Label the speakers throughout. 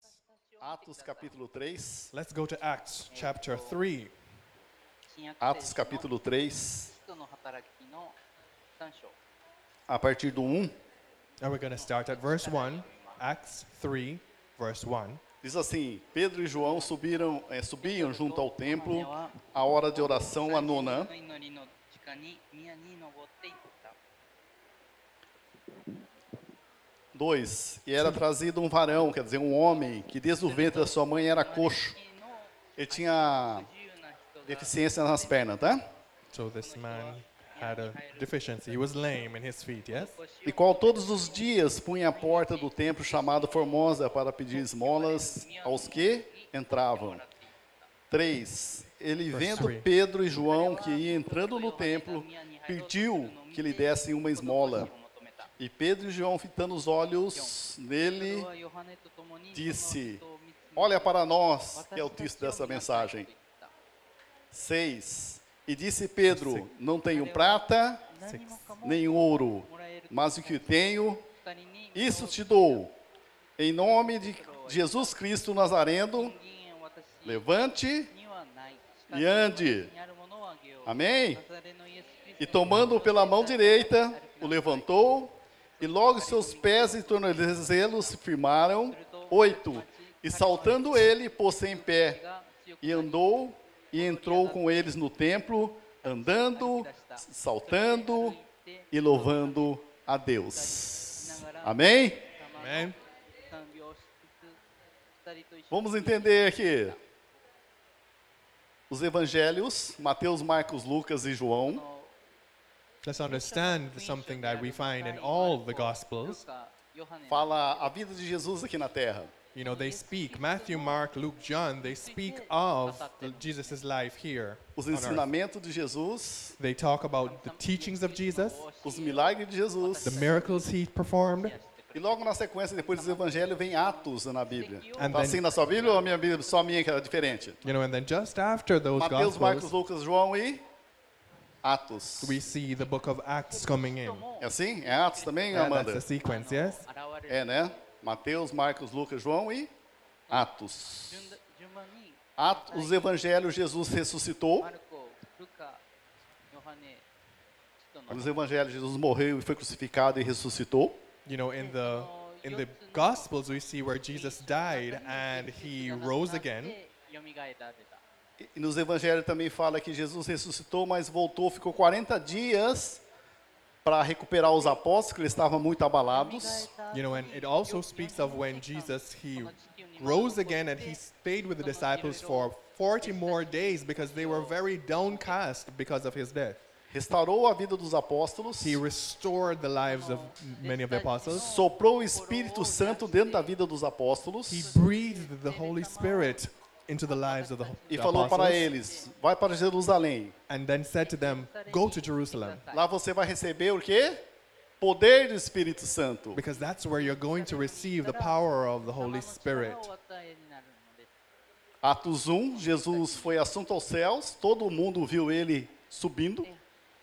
Speaker 1: Então, assim, Atos capítulo 3.
Speaker 2: Let's go to Acts chapter 3.
Speaker 1: Atos
Speaker 3: 500
Speaker 1: capítulo 3,
Speaker 3: 使徒の働きの3章
Speaker 1: a partir do 1,
Speaker 2: And we're going to start at verse 1. Acts 3, verse 1.
Speaker 1: diz assim: Pedro e João subiram, eh, subiam junto ao templo à hora de oração, Então, a nona.
Speaker 3: 最初の祈りの時間に宮に登っていった
Speaker 1: 2. E era trazido um varão, quer dizer, um homem, que desde o ventre da sua mãe era coxo.
Speaker 3: 生まれ
Speaker 1: Ele tinha
Speaker 3: つきの不自由な人が
Speaker 1: deficiência nas pernas, tá?
Speaker 2: So this man had a deficiency. He was lame in his feet, yes?
Speaker 3: 腰
Speaker 1: E qual todos os dias punha a porta do templo chamado Formosa para pedir esmolas aos que entravam. 3. Ele
Speaker 2: Verse
Speaker 1: vendo
Speaker 2: three.
Speaker 1: Pedro e João que ia entrando no templo, pediu que lhe dessem uma
Speaker 3: を
Speaker 1: esmola.
Speaker 3: 求めた
Speaker 1: E Pedro e João, fitando os olhos
Speaker 3: 人
Speaker 1: nele,
Speaker 3: はヨハネと共に
Speaker 1: disse,
Speaker 3: この人を見つめ
Speaker 1: olha para nós,
Speaker 3: 私
Speaker 1: que é o
Speaker 3: たち
Speaker 1: texto
Speaker 3: を
Speaker 1: dessa
Speaker 3: 見なさい
Speaker 1: mensagem.
Speaker 3: と言った
Speaker 1: 6. E disse Pedro, não tenho prata
Speaker 3: 何もかも
Speaker 1: nem ouro,
Speaker 3: もらえると
Speaker 1: mas o que tenho,
Speaker 3: 二人に
Speaker 1: isso te dou. Em nome de Jesus Cristo Nazareno,
Speaker 3: 金円を渡し
Speaker 1: levante.
Speaker 3: にはない
Speaker 1: いやんじ
Speaker 3: にあるものをあげよう
Speaker 1: Amém?
Speaker 3: ナザレのイエスキリスト
Speaker 1: E tomando-o pela mão direita, o levantou, e logo seus pés e tornozelos se firmaram. Oito. E saltando ele, pôs-se em pé, e andou, e entrou com eles no templo, andando, saltando e louvando a Deus. Amém?
Speaker 3: tá,
Speaker 2: Amen.
Speaker 3: 賛美をしつつ二人と一緒に
Speaker 1: Vamos entender aqui. Os evangelhos, Mateus, Marcos, Lucas e João,
Speaker 3: の
Speaker 2: Let's understand something that we find in all the Gospels.
Speaker 3: ヨハネの
Speaker 1: fala a vida de Jesus aqui na terra.
Speaker 2: You know, they speak, Matthew, Mark, Luke, John, they speak of Jesus' life here.
Speaker 1: Os
Speaker 2: on earth.
Speaker 1: ensinamentos de Jesus,
Speaker 2: They talk about the teachings of Jesus,
Speaker 1: os milagres de Jesus.
Speaker 2: the miracles he performed.
Speaker 1: E logo na sequência, depois dos evangelhos, vem Atos na Bíblia.
Speaker 2: And
Speaker 1: Tá assim
Speaker 2: then,
Speaker 1: na sua Bíblia ou a minha Bíblia, só a minha que era diferente?
Speaker 2: you know, and then just after those
Speaker 1: Mateus, Marcos,
Speaker 2: Gospels,
Speaker 1: Lucas, João e Atos.
Speaker 2: we see the book of Acts coming in.
Speaker 1: É assim? É Atos também,
Speaker 2: Yeah, that's
Speaker 1: Amanda?
Speaker 2: the sequence, yes?
Speaker 3: 現れ
Speaker 1: É,
Speaker 3: る
Speaker 1: né? Mateus, Marcos, Lucas, João e Atos.
Speaker 3: 順順番に
Speaker 1: Atos, os evangelhos, Jesus ressuscitou.
Speaker 3: マルコ、ルカ、ヨハネ、使徒の
Speaker 1: Nos evangelhos, Jesus morreu e foi crucificado e ressuscitou.
Speaker 2: You know, in the in the Gospels, we see where Jesus died and he rose again.
Speaker 3: 蘇られた
Speaker 1: E- E nos evangelhos também fala que Jesus ressuscitou, mas voltou, ficou 40 dias para recuperar os apóstolos, que eles estavam muito abalados.
Speaker 2: You know, and it also speaks of when Jesus he rose again and he stayed with the disciples for 40 more days because they were very downcast because of his death.
Speaker 1: Restaurou a vida dos apóstolos.
Speaker 2: He restored the lives of many of the apostles.
Speaker 1: Soprou o Espírito Santo dentro da vida dos apóstolos
Speaker 2: He breathed the Holy Spirit into the lives of the,
Speaker 1: e
Speaker 2: the
Speaker 1: falou para
Speaker 2: apostles
Speaker 1: eles: vai para Jerusalém.
Speaker 2: and then said to them, "Go to Jerusalem
Speaker 1: Lá você vai receber o quê? Poder do Espírito Santo.
Speaker 2: because that's where you're going to receive the power of the Holy Spirit."
Speaker 3: お与えになるのです
Speaker 1: Atos 1, Jesus foi assunto aos céus, todo mundo viu ele subindo.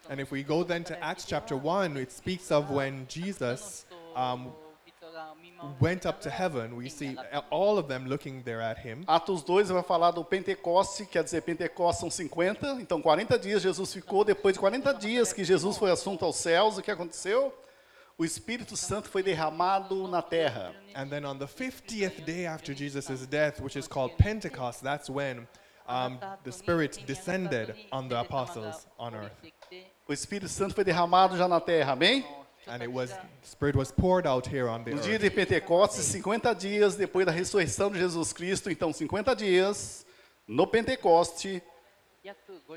Speaker 2: And if we go then to Acts chapter 1, it speaks of when Jesus um,
Speaker 3: 人が見守る
Speaker 2: went up to heaven. We see all of them looking there at him.
Speaker 1: Atos 2 vai falar do Pentecoste, quer dizer, Pentecoste são 50, então 40 dias Jesus ficou, depois de 40 dias que Jesus foi assunto aos céus, o que aconteceu? O Espírito Santo foi derramado na terra.
Speaker 2: And then on the 50th day after Jesus' death, which is called Pentecost, that's when um, the Spirit descended on the apostles on earth.
Speaker 1: O Espírito Santo foi derramado já na terra, amém?
Speaker 2: And it was, the Spirit was poured out here on the
Speaker 1: No dia
Speaker 2: earth.
Speaker 1: de Pentecostes, 50 dias depois da ressurreição de Jesus Cristo, então 50 dias, no Pentecoste,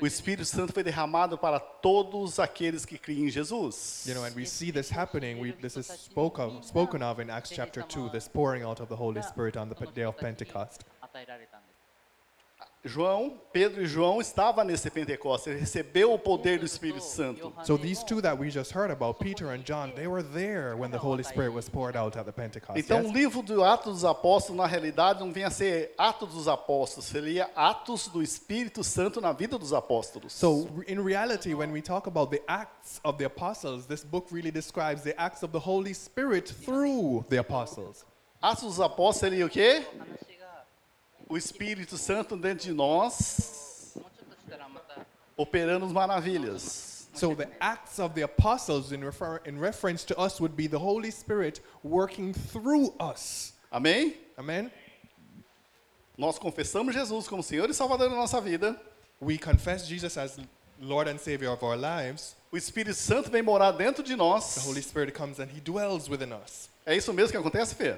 Speaker 1: o Espírito Santo foi derramado para todos aqueles que criam em Jesus.
Speaker 2: You know, and we see this happening. We, this is spoke of, spoken of in Acts chapter 2, this pouring out of the Holy Spirit on the pe- day of Pentecost.
Speaker 3: 与えられたんです
Speaker 1: João, Pedro e João estavam nesse Pentecostes, ele recebeu o poder do Espírito Santo.
Speaker 2: So these two that we just heard about, Peter and John, they were there when the Holy Spirit was poured out at the Pentecost.
Speaker 1: Então, o
Speaker 2: Yes?
Speaker 1: livro do Atos dos Apóstolos, na realidade, não vinha a ser Atos dos Apóstolos, seria Atos do Espírito Santo na vida dos apóstolos.
Speaker 2: So, re- in reality, when we talk about the acts of the apostles, this book really describes the acts of the Holy Spirit through the apostles.
Speaker 1: Atos dos Apóstolos seria o quê?
Speaker 3: 話が
Speaker 1: o Espírito Santo dentro de nós, operando as maravilhas.
Speaker 2: So the acts of the apostles in, refer- in reference to us would be the Holy Spirit working through us.
Speaker 1: Amém?
Speaker 2: Amen.
Speaker 1: Nós confessamos Jesus como Senhor e Salvador da nossa vida.
Speaker 2: We confess Jesus as Lord and Savior of our lives.
Speaker 1: O Espírito Santo vem morar dentro de nós.
Speaker 2: The Holy Spirit comes and He dwells within us.
Speaker 1: É isso mesmo que acontece, Fê?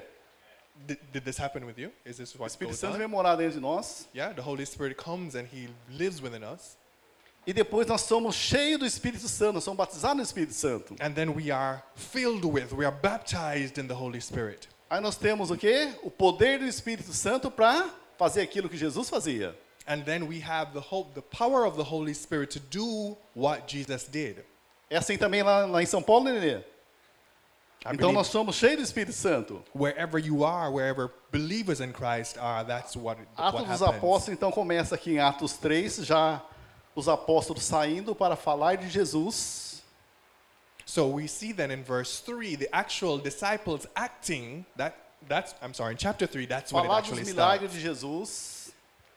Speaker 2: Did, did this happen with you? Is this
Speaker 1: O
Speaker 2: what
Speaker 1: Espírito
Speaker 2: goes
Speaker 1: Santo
Speaker 2: on?
Speaker 1: vem morar dentro de nós.
Speaker 2: Yeah, the Holy Spirit comes and He lives within us,
Speaker 1: E depois nós somos cheios do Espírito Santo, nós somos batizados no Espírito Santo.
Speaker 2: and then we are filled with, we are baptized in the Holy Spirit.
Speaker 1: Aí nós temos o quê? O poder do Espírito Santo para fazer aquilo que Jesus fazia.
Speaker 2: And then we have the hope, the power of the Holy Spirit to do what Jesus did.
Speaker 1: É assim também lá, lá em São Paulo, né, Nenê?
Speaker 2: I
Speaker 1: Então
Speaker 2: believe
Speaker 1: nós somos cheios do Espírito Santo.
Speaker 2: wherever you are, wherever believers in Christ are, that's what,
Speaker 1: Atos
Speaker 2: what
Speaker 1: dos
Speaker 2: happens.
Speaker 1: Apóstolos, então, começa aqui em Atos 3, já os apóstolos saindo para falar de Jesus.
Speaker 2: So we see then in verse 3, the actual disciples acting, that, that's, I'm sorry, in chapter 3, that's when it
Speaker 1: falar dos
Speaker 2: actually starts.
Speaker 1: milagres de Jesus,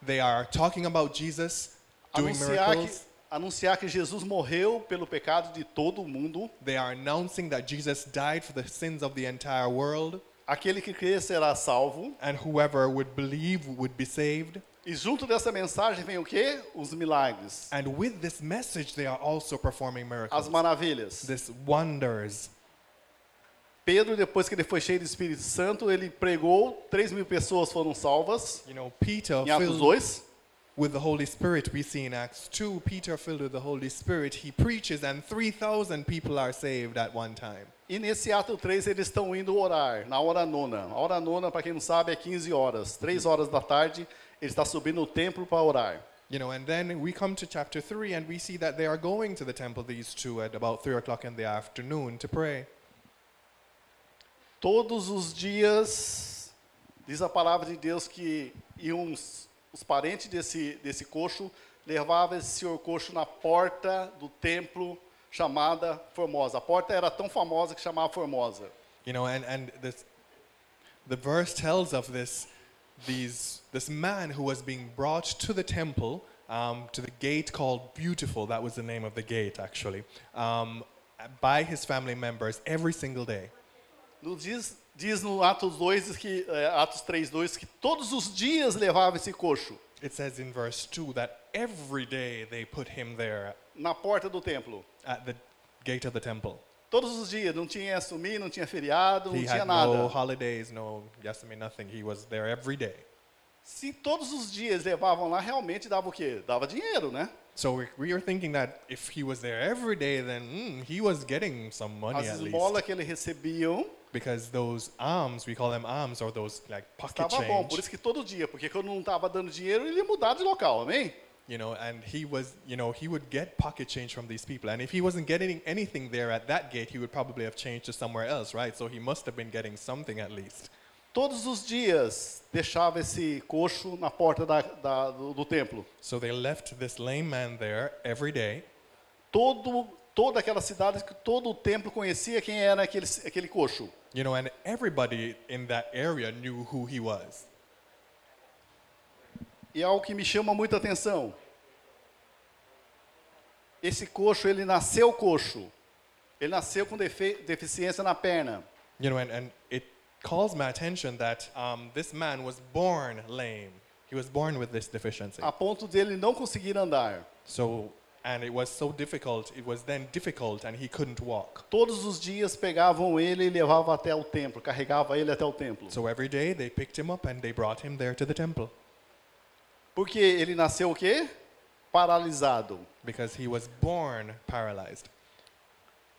Speaker 2: They are talking about Jesus, doing
Speaker 1: anunciar que,
Speaker 2: miracles.
Speaker 1: anunciar que Jesus morreu pelo pecado de todo mundo.
Speaker 2: They are announcing that Jesus died for the sins of the entire world,
Speaker 1: Aquele que crê será salvo.
Speaker 2: and whoever would believe would be saved.
Speaker 1: E junto dessa mensagem vem o quê? Os milagres,
Speaker 2: And with this message, they are also performing
Speaker 1: as
Speaker 2: miracles.
Speaker 1: maravilhas.
Speaker 2: This wonders.
Speaker 1: Pedro, depois que ele foi cheio do Espírito Santo, ele pregou, 3 mil pessoas foram salvas.
Speaker 2: You know, Peter
Speaker 1: Em Atos
Speaker 2: filled
Speaker 1: 2.
Speaker 2: with the Holy Spirit, we see in Acts 2, Peter filled with the Holy Spirit, he preaches, and 3,000 people are saved at one time.
Speaker 1: E nesse ato 3 eles estão indo orar, na hora nona. A hora nona, para quem não sabe, é 15 horas. 3 horas da tarde, ele está subindo o templo para orar.
Speaker 2: You know, and then we come to chapter 3, and we see that they are going to the temple, these two, at about 3 o'clock in the afternoon to pray.
Speaker 1: Todos os dias, diz a palavra de Deus que iam os, os parentes desse, desse coxo levavam esse senhor coxo na porta do templo chamada Formosa. A porta era tão famosa que chamava Formosa.
Speaker 2: You know, and, and this, the verse tells of this, these, this man who was being brought to the temple, um, to the gate called Beautiful, that was the name of the gate actually, um, by his family members every single day.
Speaker 1: Nos diz, diz no Atos 2 que é, Atos 3, 2 que todos os dias levava esse coxo
Speaker 2: It says in verse 2 that every day they put him there
Speaker 1: na porta do templo.
Speaker 2: at the gate of the temple.
Speaker 1: Todos os dias, não tinha sumir, não tinha feriado, não
Speaker 2: he
Speaker 1: tinha
Speaker 2: had
Speaker 1: nada.
Speaker 2: no holidays, no yasumi, nothing. He was there every day.
Speaker 1: Se todos os dias levavam lá, realmente dava o quê? Dava dinheiro, né?
Speaker 2: So we, we are thinking that if he was there every day, then mm, he was getting some money
Speaker 1: As
Speaker 2: at least.
Speaker 1: esmolas que um, eles recebiam
Speaker 2: Because those alms, we call them alms, or those like pocket
Speaker 1: estava bom,
Speaker 2: change,
Speaker 1: por isso que todo dia, porque quando não estava dando dinheiro, ele ia mudar de local, amém?
Speaker 2: you know, and he was, you know, he would get pocket change from these people. And if he wasn't getting anything there at that gate, he would probably have changed to somewhere else, right? So he must have been getting something at least.
Speaker 1: Todos os dias deixava esse coxo na porta da- da- do, do templo.
Speaker 2: So they left this lame man there every day.
Speaker 1: Todo, toda aquela cidade, que todo o templo conhecia quem era aquele, aquele coxo.
Speaker 2: You know, and everybody in that area knew who he was.
Speaker 1: E é algo que me chama muita atenção. Esse coxo, ele nasceu coxo. Ele nasceu com defe- deficiência na perna.
Speaker 2: You know, and, and it calls my attention that um, this man was born lame. He was born with this deficiency.
Speaker 1: A ponto dele não conseguir andar.
Speaker 2: So, and it was so difficult, it was then difficult, and he couldn't walk.
Speaker 1: Todos os dias pegavam ele e levavam até o templo, carregava ele até o templo.
Speaker 2: So every day they picked him up and they brought him there to the temple
Speaker 1: Porque ele nasceu o quê? Paralisado.
Speaker 2: because he was born paralyzed.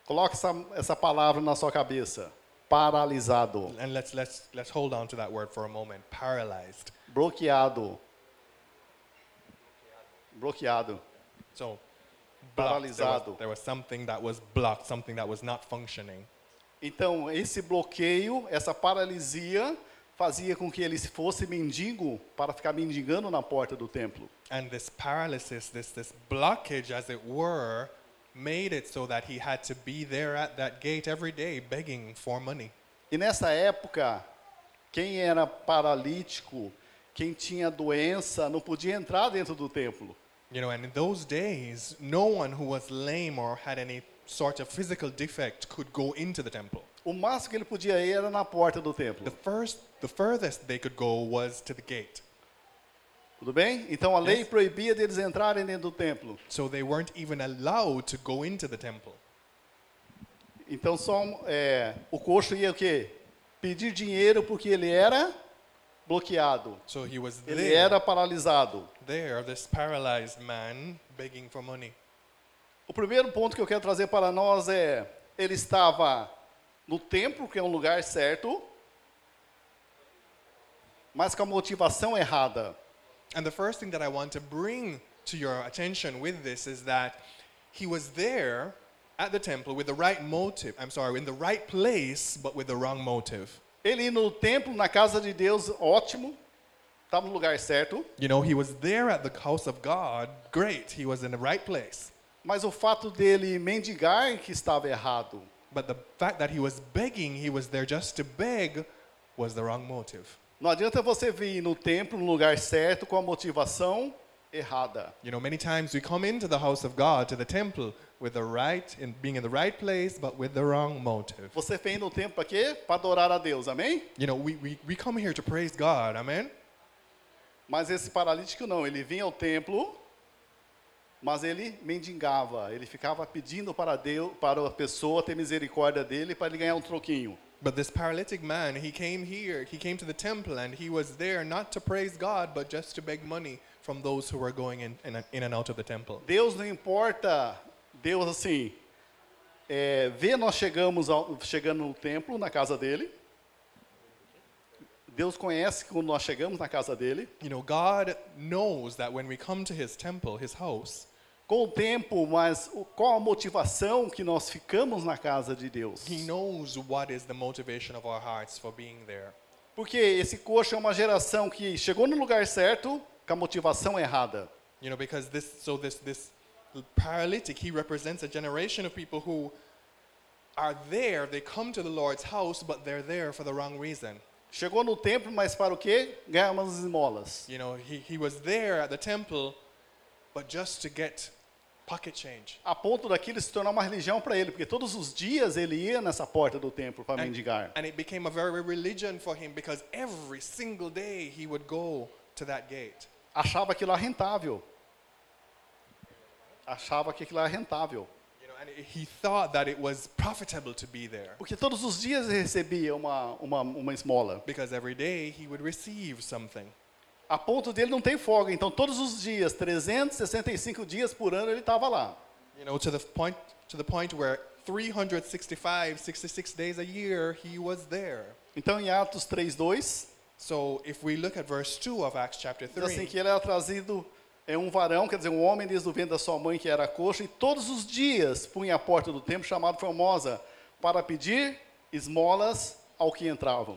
Speaker 1: Coloque essa, essa palavra na sua cabeça. Paralisado,
Speaker 2: And let's, let's, let's hold on to that word for a moment paralyzed.
Speaker 1: bloqueado. Bloqueado.
Speaker 2: So, blocked. There was,
Speaker 1: Paralizado.
Speaker 2: there was something that was blocked, something that was not functioning.
Speaker 1: Então, esse bloqueio, essa paralisia, fazia com que ele fosse mendigo para ficar mendigando na porta do templo.
Speaker 2: And this paralysis, this, this blockage, as it were, made it so that he had to be there at that gate every day begging for money.
Speaker 1: E nessa época, quem era paralítico, Quem tinha doença não podia entrar dentro do templo.
Speaker 2: You know, and in those days, no one who was lame or had any sort of physical defect could go into the temple.
Speaker 1: O máximo que ele podia ir era na porta do
Speaker 2: The
Speaker 1: templo.
Speaker 2: first, the furthest they could go was to the gate.
Speaker 1: Tudo bem? Então a lei proibia deles entrarem dentro do templo.
Speaker 2: So they weren't even allowed to go into the temple.
Speaker 1: Então só um, é, o coxo ia o quê? Pedir dinheiro porque ele era bloqueado.
Speaker 2: So he was
Speaker 1: Ele
Speaker 2: there,
Speaker 1: era paralisado.
Speaker 2: there, this paralyzed man begging for money.
Speaker 1: O primeiro ponto que eu quero trazer para nós é: ele estava no templo, que é um lugar certo, mas com a motivação errada.
Speaker 2: And the first thing that I want to bring to your attention with this is that he was there at the temple with the right motive. I'm sorry, in the right place, but with the wrong motive.
Speaker 1: Ele ir no templo, na casa de Deus, ótimo, estava no lugar certo,
Speaker 2: You know, he was there at the house of God. Great, he was in the right place.
Speaker 1: mas o fato dele mendigar é que estava errado.
Speaker 2: But the fact that he was begging, he was there just to beg, was the wrong motive.
Speaker 1: Não adianta você vir no templo, no lugar certo, com a motivação errada.
Speaker 2: You know, many times we come into the house of God, to the temple, with the right, in being in the right place, but with the wrong motive.
Speaker 1: Você vem no templo para quê? Para adorar a Deus, amém?
Speaker 2: You know, we, we, we come here to praise God, amen?
Speaker 1: Mas esse paralítico não, ele vinha ao templo, mas ele mendigava, ele ficava pedindo para Deus, para a pessoa ter misericórdia dele para ele ganhar um troquinho.
Speaker 2: But this paralytic man, he came here, he came to the temple, and he was there not to praise God, but just to beg money from those who were going in, in, and- in and out of the temple.
Speaker 1: Deus não importa, Deus assim, é, vê nós chegamos ao, chegando no templo, na casa dele. Deus conhece quando nós chegamos na casa dele.
Speaker 2: You know, God knows that when we come to his temple, his house,
Speaker 1: Com o tempo, mas o- qual a motivação que nós ficamos na casa de Deus?
Speaker 2: he knows what is the motivation of our hearts for being there.
Speaker 1: Porque esse coxo é uma geração que chegou no lugar certo com a motivação errada.
Speaker 2: You know, because this, so this, this paralytic, he represents a generation of people who are there, they come to the Lord's house, but they're there for the wrong reason.
Speaker 1: Chegou no templo, mas para o quê? Ganhar umas esmolas.
Speaker 2: You know, he, he was there at the temple, but just to get pocket change.
Speaker 1: A ponto daquilo se tornar uma religião para ele, porque todos os dias ele ia nessa porta do templo para
Speaker 2: And,
Speaker 1: mendigar.
Speaker 2: and it became a very religion for him because every single day he would go to that gate.
Speaker 1: Achava aquilo lá rentável. Achava que aquilo lá era rentável.
Speaker 2: You know, and he thought that it was profitable to be there
Speaker 1: Porque todos os dias ele recebia uma, uma, uma esmola.
Speaker 2: because every day he would receive something.
Speaker 1: A ponto dele não tem folga. Então, todos os dias, 365 dias por ano, ele estava lá.
Speaker 2: You know, to the point to the point where 365, 66 days a year he was there.
Speaker 1: Então, em Atos 3.2,
Speaker 2: So if we look at verse two of Acts chapter
Speaker 1: diz assim
Speaker 2: three,
Speaker 1: que ele era trazido, é um varão, quer dizer, um homem desde o ventre da sua mãe, que era coxa, e todos os dias punha a porta do templo, chamado Formosa, para pedir esmolas ao que entravam.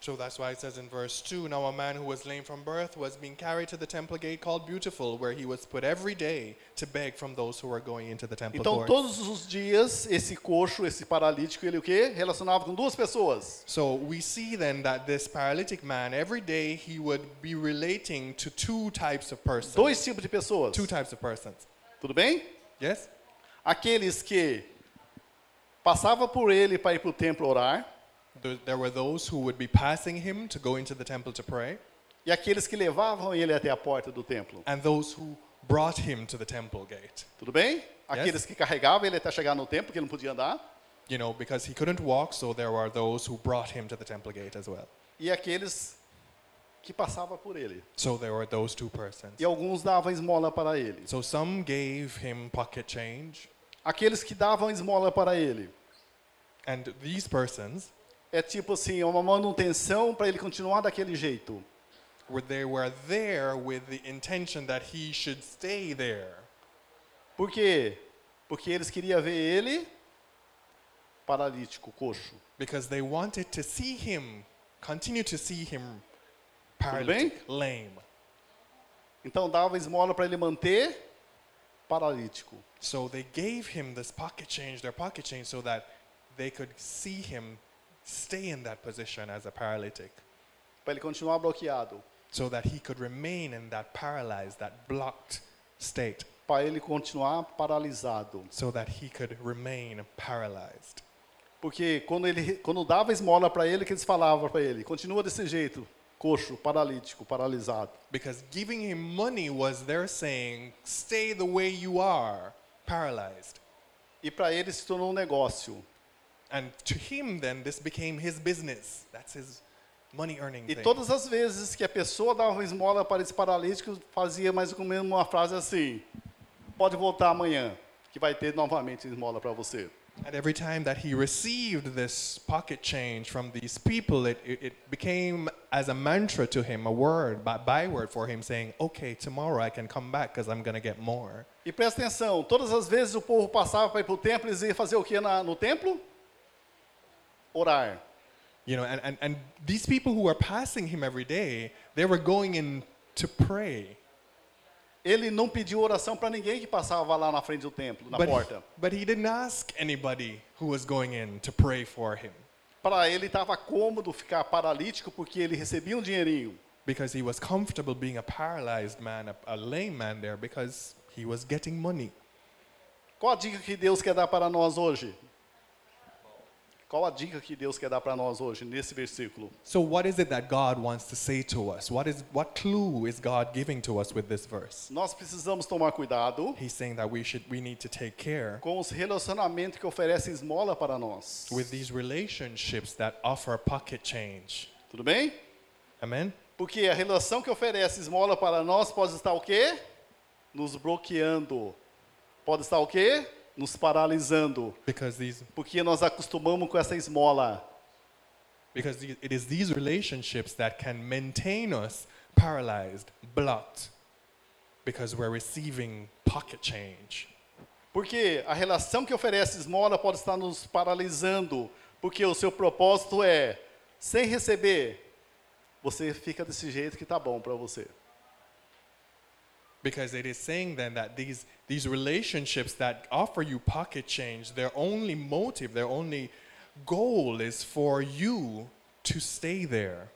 Speaker 2: so that's why it says in verse two, now a man who was lame from birth was being carried to the temple gate called Beautiful, where he was put every day to beg from those who were going into the temple
Speaker 1: Então,
Speaker 2: courts.
Speaker 1: todos os dias, esse coxo, esse paralítico, ele o quê? Relacionava com duas pessoas.
Speaker 2: So we see then that this paralytic man every day he would be relating to two types of persons.
Speaker 1: Dois tipos de pessoas.
Speaker 2: Two types of persons.
Speaker 1: Tudo bem?
Speaker 2: Yes?
Speaker 1: Aqueles que passavam por ele para ir para o templo orar,
Speaker 2: Th- There were those who would be passing him to go into the temple to pray.
Speaker 1: e aqueles que levavam ele até a porta do templo.
Speaker 2: and those who brought him to the temple gate.
Speaker 1: Tudo bem? Aqueles que carregavam ele até chegar no templo, porque ele não podia andar.
Speaker 2: You know, because he couldn't walk, so there were those who brought him to the temple gate as well.
Speaker 1: e aqueles que passavam por ele.
Speaker 2: So there were those two persons.
Speaker 1: E alguns davam esmola para ele.
Speaker 2: So some gave him pocket change,
Speaker 1: Aqueles que davam esmola para ele.
Speaker 2: and these persons
Speaker 1: É tipo assim, uma manutenção para ele continuar daquele jeito.
Speaker 2: were they were there with the intention that he should stay there
Speaker 1: Por quê? Porque eles queriam ver ele paralítico, coxo.
Speaker 2: because they wanted to see him continue to see him
Speaker 1: bem?
Speaker 2: paralytic, lame.
Speaker 1: Então dava esmola para ele manter paralítico.
Speaker 2: So they gave him this pocket change, their pocket change, so that they could see him stay in that position as a paralytic,
Speaker 1: Para ele continuar bloqueado.
Speaker 2: so that he could remain in that paralyzed, that blocked state,
Speaker 1: para ele continuar paralisado.
Speaker 2: so that he could remain paralyzed.
Speaker 1: Porque quando ele quando dava esmola para ele, que eles falavam para ele, continua desse jeito, coxo, paralítico, paralisado.
Speaker 2: Because giving him money was their saying, stay the way you are, paralyzed.
Speaker 1: E para ele se tornou um negócio.
Speaker 2: And to him, then, this became his business. That's his money earning
Speaker 1: E
Speaker 2: thing.
Speaker 1: todas as vezes que a pessoa dava esmola para esse paralítico, fazia mais ou menos uma frase assim: pode voltar amanhã, que vai ter novamente esmola para você.
Speaker 2: And every time that he received this pocket change from these people, it, it, it became as a mantra to him, a word, by, byword for him, saying, okay, tomorrow I can come back because I'm going to get more.
Speaker 1: E presta atenção: todas as vezes o povo passava para ir para o templo, eles iam fazer o que no templo? Orar.
Speaker 2: You know, and, and, and these people who were passing him every day, they were going in to pray.
Speaker 1: Ele não pediu oração para ninguém que passava lá na frente do templo, na
Speaker 2: But he,
Speaker 1: porta.
Speaker 2: but he didn't ask anybody who was going in to pray for him
Speaker 1: Para ele estava cômodo ficar paralítico porque ele recebia um dinheirinho.
Speaker 2: because he was comfortable being a paralyzed man, a, a lame man there because he was getting money.
Speaker 1: Qual a dica que Deus quer dar para nós hoje? Qual a dica que Deus quer dar para nós hoje nesse versículo?
Speaker 2: So what is it that God wants to say to us? What is what clue is God giving to us with this verse?
Speaker 1: Nós precisamos tomar cuidado
Speaker 2: He's saying that we should we need to take care
Speaker 1: com os relacionamentos que oferecem esmola para nós.
Speaker 2: with these relationships that offer pocket change.
Speaker 1: Tudo bem?
Speaker 2: Amen.
Speaker 1: Porque a relação que oferece esmola para nós pode estar o quê? Nos bloqueando. Pode estar o quê? Nos paralisando.
Speaker 2: Because these
Speaker 1: Porque nós acostumamos com essa esmola.
Speaker 2: because the- it is these relationships that can maintain us paralyzed, blocked because we're receiving pocket change.
Speaker 1: Porque a relação que oferece esmola pode estar nos paralisando, porque o seu propósito é, sem receber, você fica desse jeito que tá bom para você.
Speaker 2: Because it is saying then that these, these relationships that offer you pocket change, their only motive, their only goal is for you to stay there,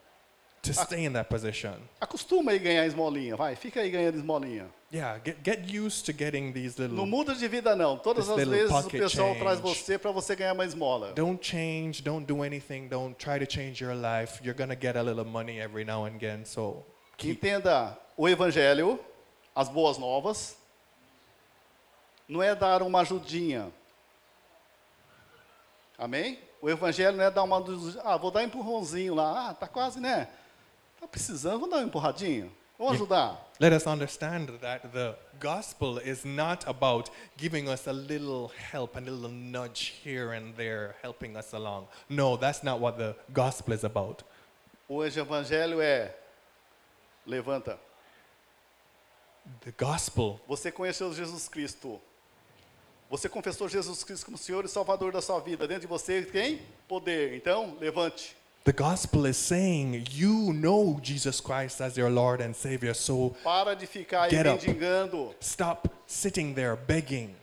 Speaker 2: to stay in that position.
Speaker 1: Acostuma aí ganhar esmolinha, vai, fica aí ganhando esmolinha.
Speaker 2: Yeah, get, get used to getting these
Speaker 1: Não
Speaker 2: little.
Speaker 1: muda de vida não. Todas
Speaker 2: This
Speaker 1: as
Speaker 2: little
Speaker 1: vezes o
Speaker 2: pocket
Speaker 1: pessoal
Speaker 2: change.
Speaker 1: traz você para você ganhar uma esmola.
Speaker 2: Don't change, don't do anything, don't try to change your life. You're going to get a little money every now and again. So keep,
Speaker 1: Entenda o evangelho, as boas novas. Não é dar uma ajudinha. Amém? O evangelho não é dar uma aju- ah, vou dar um empurrãozinho lá. Ah, tá quase, né? Tá precisando, vou dar uma empurradinha. Vamos ajudar.
Speaker 2: let us understand that the gospel is not about giving us a little help, a little nudge here and there, helping us along. No, that's not what the gospel is about.
Speaker 1: Hoje o evangelho é levanta.
Speaker 2: The gospel,
Speaker 1: Você conheceu Jesus Cristo. Você confessou Jesus Cristo como Senhor e Salvador da sua vida. Dentro de você tem poder. Então, levante.
Speaker 2: the gospel is saying you know Jesus Christ as your Lord and Savior, so
Speaker 1: Para de ficar aí
Speaker 2: Get up.
Speaker 1: mendigando.
Speaker 2: stop sitting there begging.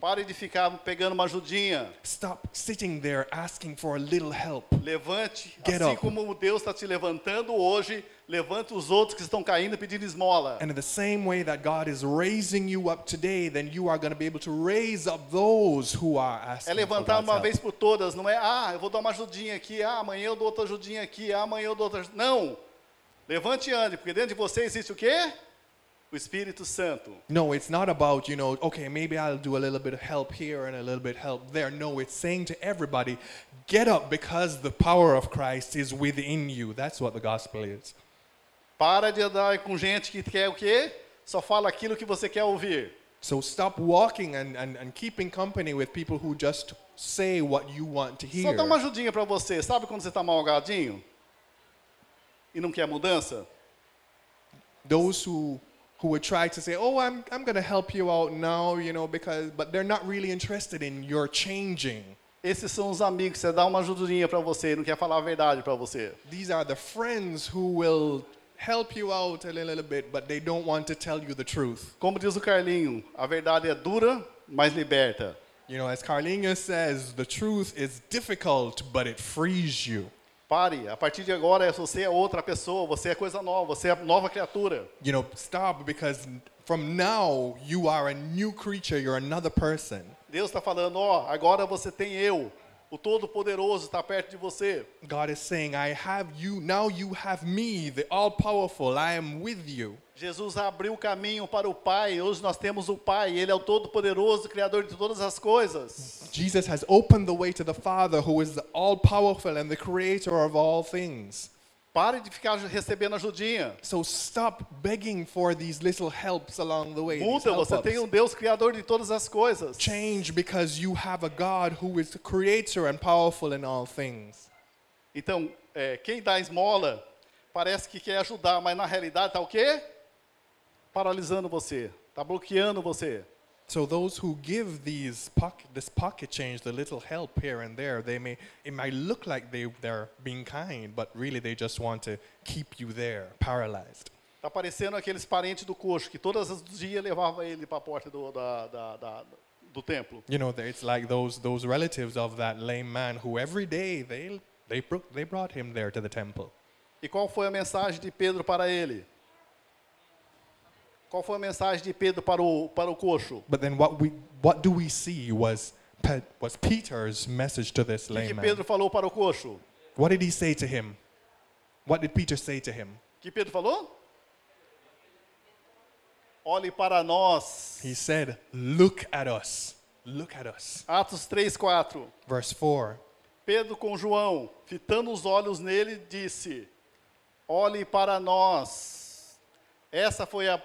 Speaker 1: Pare de ficar pegando uma ajudinha.
Speaker 2: Stop sitting there asking for a little help.
Speaker 1: Levante,
Speaker 2: Get
Speaker 1: assim
Speaker 2: up.
Speaker 1: como Deus está te levantando hoje, levanta os outros que estão caindo pedindo esmola.
Speaker 2: And in the same way that God is raising you up today, then you are going to be able to raise up those who are asking
Speaker 1: É
Speaker 2: for
Speaker 1: levantar
Speaker 2: God's
Speaker 1: uma
Speaker 2: help.
Speaker 1: vez por todas, não é, ah, eu vou dar uma ajudinha aqui, ah, amanhã eu dou outra ajudinha aqui, ah, amanhã eu dou outra. aj-". Não! Levante e ande, porque dentro de você existe o quê? O Espírito Santo.
Speaker 2: No, it's not about, you know, okay, maybe I'll do a little bit of help here and a little bit help there. No, it's saying to everybody, get up because the power of Christ is within you. That's what the gospel is.
Speaker 1: Para de andar com gente que quer o quê? Só fala aquilo que você quer ouvir.
Speaker 2: So stop walking and, and, and keeping company with people who just say what you want to
Speaker 1: Só
Speaker 2: hear.
Speaker 1: dá uma ajudinha para você. Sabe quando você está malgadinho? E não quer mudança?
Speaker 2: Those who who would try to say, "Oh, I'm I'm going to help you out now, you know, because but they're not really interested in your changing."
Speaker 1: Esses são os amigos, você dá uma ajudinha para você e não quer falar a verdade para você.
Speaker 2: These are the friends who will help you out a little bit, but they don't want to tell you the truth.
Speaker 1: Como diz o Carlinho, a verdade é dura, mas liberta.
Speaker 2: You know, as Carlinhos says, the truth is difficult, but it frees you.
Speaker 1: Pare, a partir de agora você é outra pessoa, você é coisa nova, você é nova criatura.
Speaker 2: You know, stop because from now you are a new creature, you're another person.
Speaker 1: Deus está falando, ó, agora você tem eu. O Todo-Poderoso está perto de você.
Speaker 2: God is saying, I have you, now you have me, the all powerful, I am with you.
Speaker 1: Jesus abriu o caminho para o Pai. Hoje nós temos o Pai. Ele é o Todo-Poderoso, Criador de todas as coisas.
Speaker 2: Jesus has opened the way to the Father, who is the all powerful and the creator of all things.
Speaker 1: Pare de ficar recebendo ajudinha.
Speaker 2: So stop begging for these little helps along the way. these
Speaker 1: Muda,
Speaker 2: help
Speaker 1: você tem
Speaker 2: ups.
Speaker 1: um Deus Criador de todas as coisas.
Speaker 2: Change because you have a God who is the creator and powerful in all things.
Speaker 1: Então, é, quem dá esmola parece que quer ajudar, mas na realidade está o quê? Paralisando você, está bloqueando você.
Speaker 2: So those who give these pocket, this pocket change, the little help here and there, they may it might look like they they're being kind, but really they just want to keep you there, paralyzed.
Speaker 1: Está Tá parecendo aqueles parentes do coxo que todos os dias levava ele para a porta do, da- da- da- do templo.
Speaker 2: You know, they- it's like those those relatives of that lame man who every day they they bro- they brought him there to the temple.
Speaker 1: E qual foi a mensagem de Pedro para ele? Qual foi a mensagem de Pedro para o, para o coxo?
Speaker 2: But then what we what do we see was Pe- was Peter's message to this
Speaker 1: O que, que
Speaker 2: lame man.
Speaker 1: Pedro falou para o coxo?
Speaker 2: What did he say to him? What did Peter say to him?
Speaker 1: O que Pedro falou? Olhe para nós.
Speaker 2: He said, "Look at us. Look at us."
Speaker 1: Atos 3, 4.
Speaker 2: Verse 4.
Speaker 1: Pedro com João, fitando os olhos nele, disse: Olhe para nós. Essa foi a,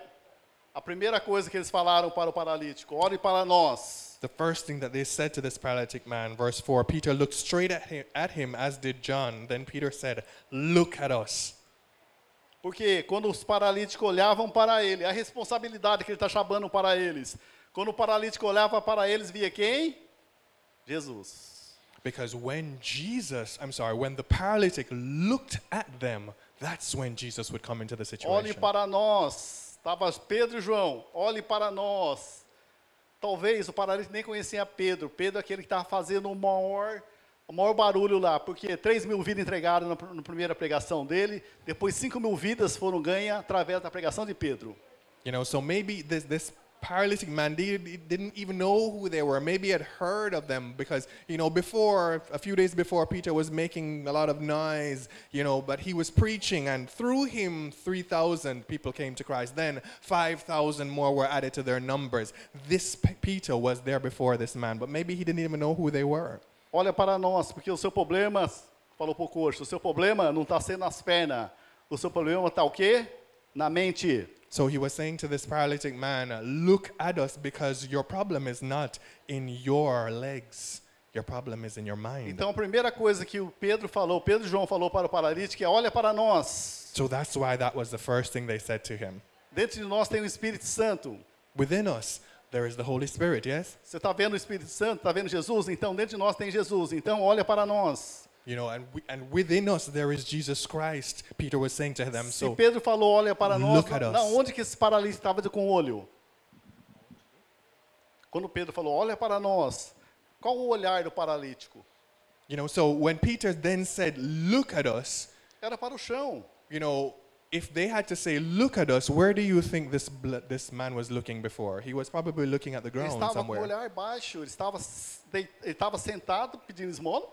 Speaker 1: a primeira coisa que eles falaram para o paralítico: Olhe para nós.
Speaker 2: The first thing that they said to this paralytic man, verse 4 Peter looked straight at him, at him, as did John. Then Peter said, Look at us.
Speaker 1: Porque quando os paralíticos olhavam para ele, a responsabilidade que ele está chamando para eles. Quando o paralítico olhava para eles, via quem? Jesus.
Speaker 2: Because when Jesus, I'm sorry, when the paralytic looked at them, that's when Jesus would come into the
Speaker 1: Olhe
Speaker 2: situation.
Speaker 1: para nós. Estava Pedro e João. Olhe para nós. Talvez o paralítico nem conhecia Pedro. Pedro é aquele que estava fazendo o maior, o maior barulho lá, porque 3 mil vidas entregaram na, pr- na primeira pregação dele, depois 5 mil vidas foram ganhas através da pregação de Pedro.
Speaker 2: You know, so maybe this, this paralytic man they, they didn't even know who they were. Maybe he had heard of them because, you know, before, a few days before, Peter was making a lot of noise, you know, but he was preaching, and through him, 3,000 people came to Christ. Then 5,000 more were added to their numbers. This P- Peter was there before this man, but maybe he didn't even know who they were.
Speaker 1: Olha para nós, porque o seu problema, falou para o coxo, o seu problema não está sendo nas pernas. O seu problema está o quê? Na mente.
Speaker 2: So he was saying to this paralytic man, Look at us because your problem is not in your legs, your problem is in your mind.
Speaker 1: Então a primeira coisa que o Pedro falou, Pedro e João falou para o paralítico é olha para nós.
Speaker 2: So that's why that was the first thing they said to him.
Speaker 1: Dentro de nós tem o Espírito Santo.
Speaker 2: Within us, there is the Holy Spirit, yes?
Speaker 1: Você está vendo o Espírito Santo? Está vendo Jesus? Então, dentro de nós tem Jesus. Então, olha para nós.
Speaker 2: You know, and, we, and within us, there is Jesus Christ, Peter was saying to them.
Speaker 1: Se
Speaker 2: So,
Speaker 1: Pedro falou, olha para nós,
Speaker 2: Look at us.
Speaker 1: na onde que esse paralítico estava de- com o olho? Quando Pedro falou, olha para nós, qual o olhar do paralítico?
Speaker 2: you know, so when Peter then said, Look at us,
Speaker 1: Era para o chão.
Speaker 2: you know, if they had to say, Look at us, where do you think this, bl- this man was looking before? He was probably looking at the
Speaker 1: Ele
Speaker 2: ground
Speaker 1: estava com o
Speaker 2: somewhere.
Speaker 1: olhar baixo, ele estava, s- dei- ele estava sentado pedindo esmola.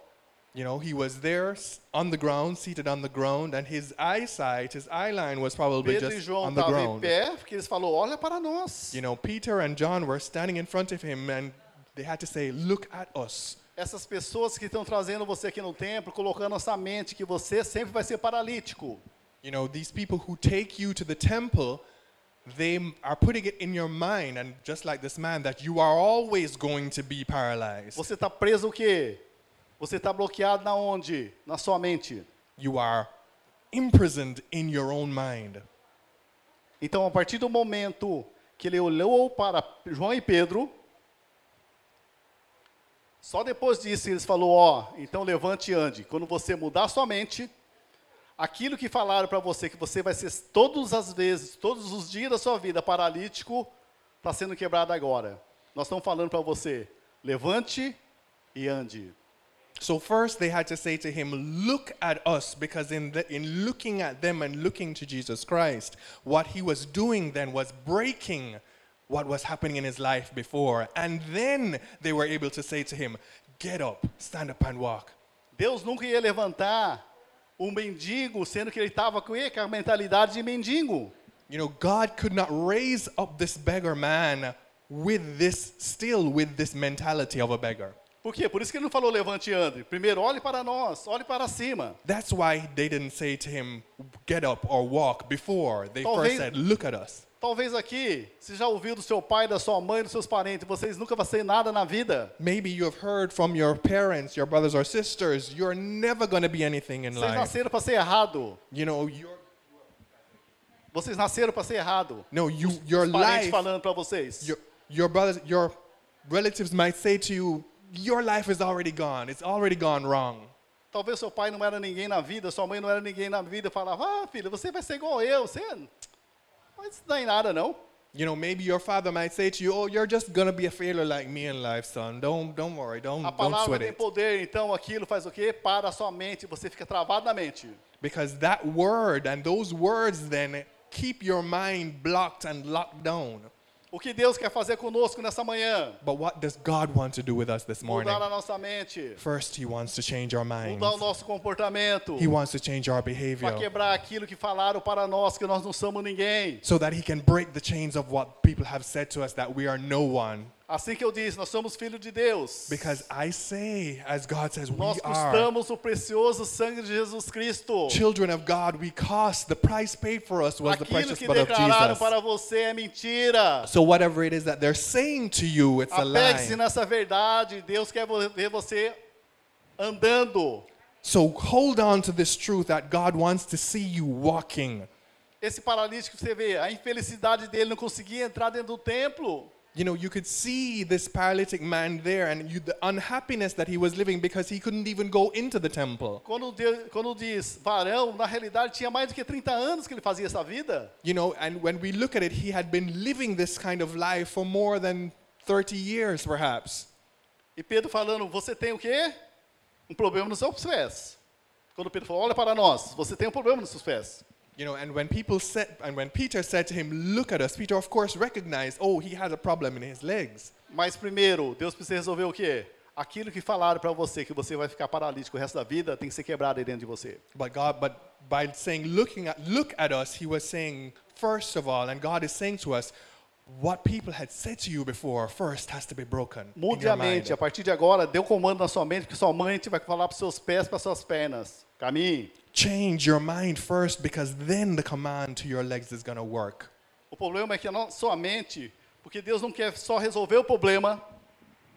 Speaker 2: You know, he was there s- on the ground, seated on the ground, and his eyesight, his eye line was probably
Speaker 1: Pedro e
Speaker 2: just
Speaker 1: João
Speaker 2: on the
Speaker 1: estavam em
Speaker 2: ground.
Speaker 1: pé, porque eles falaram, olha para nós.
Speaker 2: You know, Peter and John were standing in front of him and they had to say, Look at us.
Speaker 1: Essas pessoas que estão trazendo você aqui no templo, colocando na sua mente que você sempre vai ser paralítico.
Speaker 2: You know, these people who take you to the temple, they m- are putting it in your mind, and just like this man, that you are always going to be paralyzed.
Speaker 1: Você está preso o quê? Você está bloqueado na onde? Na sua mente.
Speaker 2: You are imprisoned in your own mind.
Speaker 1: Então, a partir do momento que ele olhou para João e Pedro, só depois disso eles falou: ó, então levante e ande. Quando você mudar a sua mente, aquilo que falaram para você que você vai ser todas as vezes, todos os dias da sua vida paralítico, está sendo quebrado agora. Nós estamos falando para você: levante e ande.
Speaker 2: So first they had to say to him, "Look at us," because in the, in looking at them and looking to Jesus Christ, what he was doing then was breaking what was happening in his life before. And then they were able to say to him, "Get up, stand up and walk."
Speaker 1: Deus nunca ia levantar um mendigo, sendo que ele estava com com a mentalidade de mendigo.
Speaker 2: You know, God could not raise up this beggar man with this still with this mentality of a beggar.
Speaker 1: Por quê? Por isso que ele não falou levante e ande. Primeiro, olhe para nós, olhe para cima.
Speaker 2: That's why they didn't say to him, "Get up or walk." Before they
Speaker 1: Talvez-
Speaker 2: first said, "Look at us."
Speaker 1: Talvez aqui, você já ouviu do seu pai, da sua mãe, dos seus parentes, vocês nunca vão ser nada na vida.
Speaker 2: Maybe you have heard from your parents, your brothers or sisters, you're never going to be anything in
Speaker 1: Vocês
Speaker 2: life.
Speaker 1: nasceram para ser errado.
Speaker 2: You know, your
Speaker 1: Vocês nasceram para ser errado.
Speaker 2: no, you your
Speaker 1: Os parentes
Speaker 2: life,
Speaker 1: falando para vocês.
Speaker 2: your your brothers, your relatives might say to you, "Your life is already gone. It's already gone wrong."
Speaker 1: Talvez seu pai não era ninguém na vida, sua mãe não era ninguém na vida. Falava, ah, filho, você vai ser igual eu. Você... Mas isso não é nada, não.
Speaker 2: You know, maybe your father might say to you, "Oh, you're just gonna be a failure like me in life, son. Don't, don't worry. Don't,
Speaker 1: A
Speaker 2: don't
Speaker 1: palavra
Speaker 2: sweat
Speaker 1: tem
Speaker 2: it."
Speaker 1: poder, então aquilo faz o quê? Para a sua mente, você fica travado na mente.
Speaker 2: Because that word and those words then keep your mind blocked and locked down.
Speaker 1: O que Deus quer fazer conosco nessa manhã?
Speaker 2: But what does God want to do with us this morning?
Speaker 1: Mudar a nossa mente,
Speaker 2: First, He wants to change our minds.
Speaker 1: mudar o nosso comportamento,
Speaker 2: He wants to change our
Speaker 1: para
Speaker 2: behavior
Speaker 1: quebrar aquilo que falaram para nós que nós não somos ninguém.
Speaker 2: so that He can break the chains of what people have said to us that we are no one.
Speaker 1: Assim que eu disse, nós somos filhos de Deus.
Speaker 2: Because I say, as God says, we
Speaker 1: Nós
Speaker 2: are
Speaker 1: custamos o precioso sangue de Jesus Cristo.
Speaker 2: children of God. We cost the price paid for us was the
Speaker 1: Aquilo
Speaker 2: precious
Speaker 1: que
Speaker 2: blood of
Speaker 1: declararam
Speaker 2: Jesus.
Speaker 1: para você é mentira.
Speaker 2: So whatever it is that they're saying to you, it's a
Speaker 1: Apegue-se
Speaker 2: lie.
Speaker 1: nessa verdade. Deus quer vo- ver você andando.
Speaker 2: So hold on to this truth that God wants to see you walking.
Speaker 1: Esse paralítico que você vê, a infelicidade dele não conseguia entrar dentro do templo.
Speaker 2: You know, you could see this paralytic man there and you, the unhappiness that he was living because he couldn't even go into the temple.
Speaker 1: Quando, Deus, quando diz varão, na realidade tinha mais do que 30 anos que ele fazia essa vida.
Speaker 2: You know, and when we look at it, he had been living this kind of life for more than 30 years, perhaps.
Speaker 1: E Pedro falando, você tem o quê? Um problema nos seus pés. Quando Pedro falou, olha para nós, você tem um problema nos seus pés.
Speaker 2: You know, and when people said, and when Peter said to him, "Look at us," Peter, of course, recognized, oh, he had a problem in his legs.
Speaker 1: Mas primeiro, Deus precisa resolver o quê? Aquilo que falaram para você, que você vai ficar paralítico o resto da vida, tem que ser quebrado aí dentro de você.
Speaker 2: But God, but by saying, looking at, look at us, he was saying, first of all, and God is saying to us, what people had said to you before first has to be broken. in
Speaker 1: Mude
Speaker 2: your
Speaker 1: a mente, a
Speaker 2: mind.
Speaker 1: partir de agora, dê o comando na sua mente, porque sua mente vai falar para os seus pés, para suas pernas. Caminhe.
Speaker 2: Change your mind first because then the command to your legs is going to work.
Speaker 1: O problema é que a no- sua mente, porque Deus não quer só resolver o problema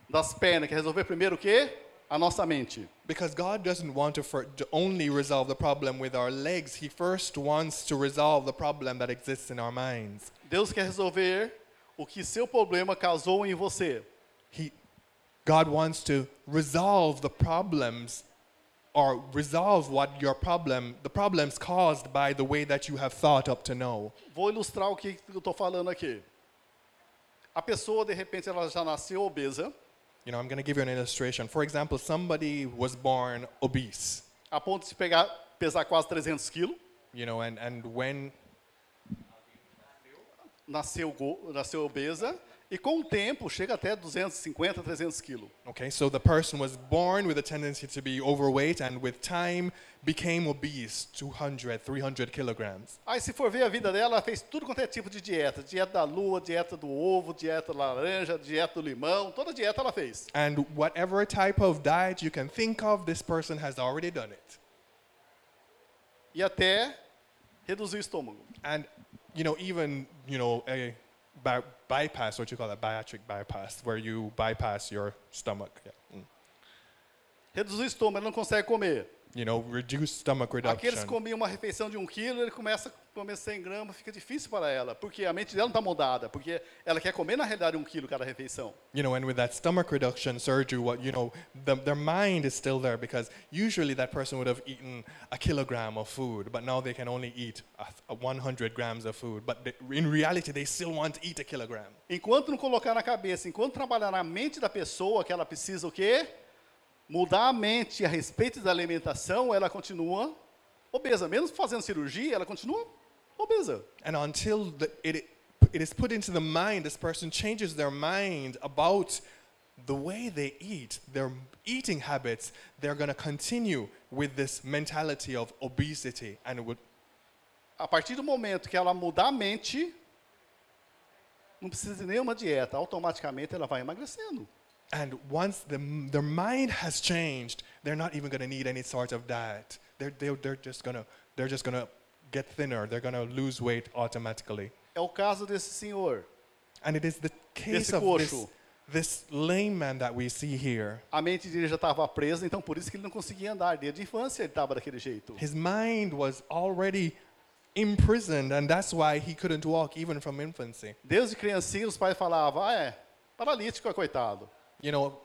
Speaker 1: das pernas, quer resolver primeiro o quê? A nossa mente.
Speaker 2: Because God doesn't want to, fir- to only resolve the problem with our legs. He first wants to resolve the problem that exists in our minds.
Speaker 1: Deus quer resolver o que seu problema causou em você.
Speaker 2: He, God wants to resolve the problems or resolve what your problem, the problems caused by the way that you have thought up to now.
Speaker 1: Vou ilustrar o que eu estou falando aqui. A pessoa, de repente, ela já nasceu obesa,
Speaker 2: You know, I'm going to give you an illustration. For example, somebody was born obese,
Speaker 1: a ponto de pegar, pesar quase 300 quilos,
Speaker 2: you know, and, and when,
Speaker 1: nasceu, go- nasceu obesa, e com o tempo chega até 250, 300 quilos.
Speaker 2: okay, so the person was born with a tendency to be overweight and with time became obese, 200, 300 kilograms.
Speaker 1: Aí, se for ver a vida dela, ela fez tudo quanto é tipo de dieta: dieta da lua, dieta do ovo, dieta da laranja, dieta do limão, toda dieta ela fez.
Speaker 2: And whatever type of diet you can think of, this person has already done it.
Speaker 1: E até reduzir o estômago.
Speaker 2: and you know even you know a bi- bypass what you call that bariatric bypass where you bypass your stomach yeah. mm.
Speaker 1: Reduzir o estômago, ela não consegue comer.
Speaker 2: you know reduce stomach
Speaker 1: Aqueles
Speaker 2: reduction
Speaker 1: que comiam uma refeição de um quilo, ele começa a comer 100 gramas, fica difícil para ela, porque a mente dela não está mudada, porque ela quer comer, na realidade, um quilo cada refeição.
Speaker 2: you know and with that stomach reduction surgery what you know the, their mind is still there because usually that person would have eaten a kilogram of food but now they can only eat a, th- a 100 grams of food but they, in reality they still want to eat a kilogram
Speaker 1: Enquanto não colocar na cabeça, enquanto trabalhar na mente da pessoa que ela precisa o quê? mudar a mente a respeito da alimentação, ela continua obesa. Mesmo fazendo cirurgia, ela continua obesa.
Speaker 2: And until the, it, it is put into the mind, this person changes their mind about the way they eat, their eating habits, they're going to continue with this mentality of obesity and would
Speaker 1: A partir do momento que ela mudar a mente, não precisa de nenhuma dieta, automaticamente ela vai emagrecendo.
Speaker 2: And once the, their mind has changed, they're not even going to need any sort of diet. They're, they're, they're just going to they're just going to get thinner. They're going to lose weight automatically.
Speaker 1: É o caso desse senhor.
Speaker 2: And it is the case
Speaker 1: Esse
Speaker 2: of this,
Speaker 1: coxo.
Speaker 2: this lame man that we see here.
Speaker 1: A mente dele já estava presa, então por isso que ele não conseguia andar. Desde a infância ele estava daquele jeito.
Speaker 2: His mind was already imprisoned, and that's why he couldn't walk even from infancy.
Speaker 1: Desde criancinha os pais falavam, ah, é, paralítico, é coitado.
Speaker 2: You know,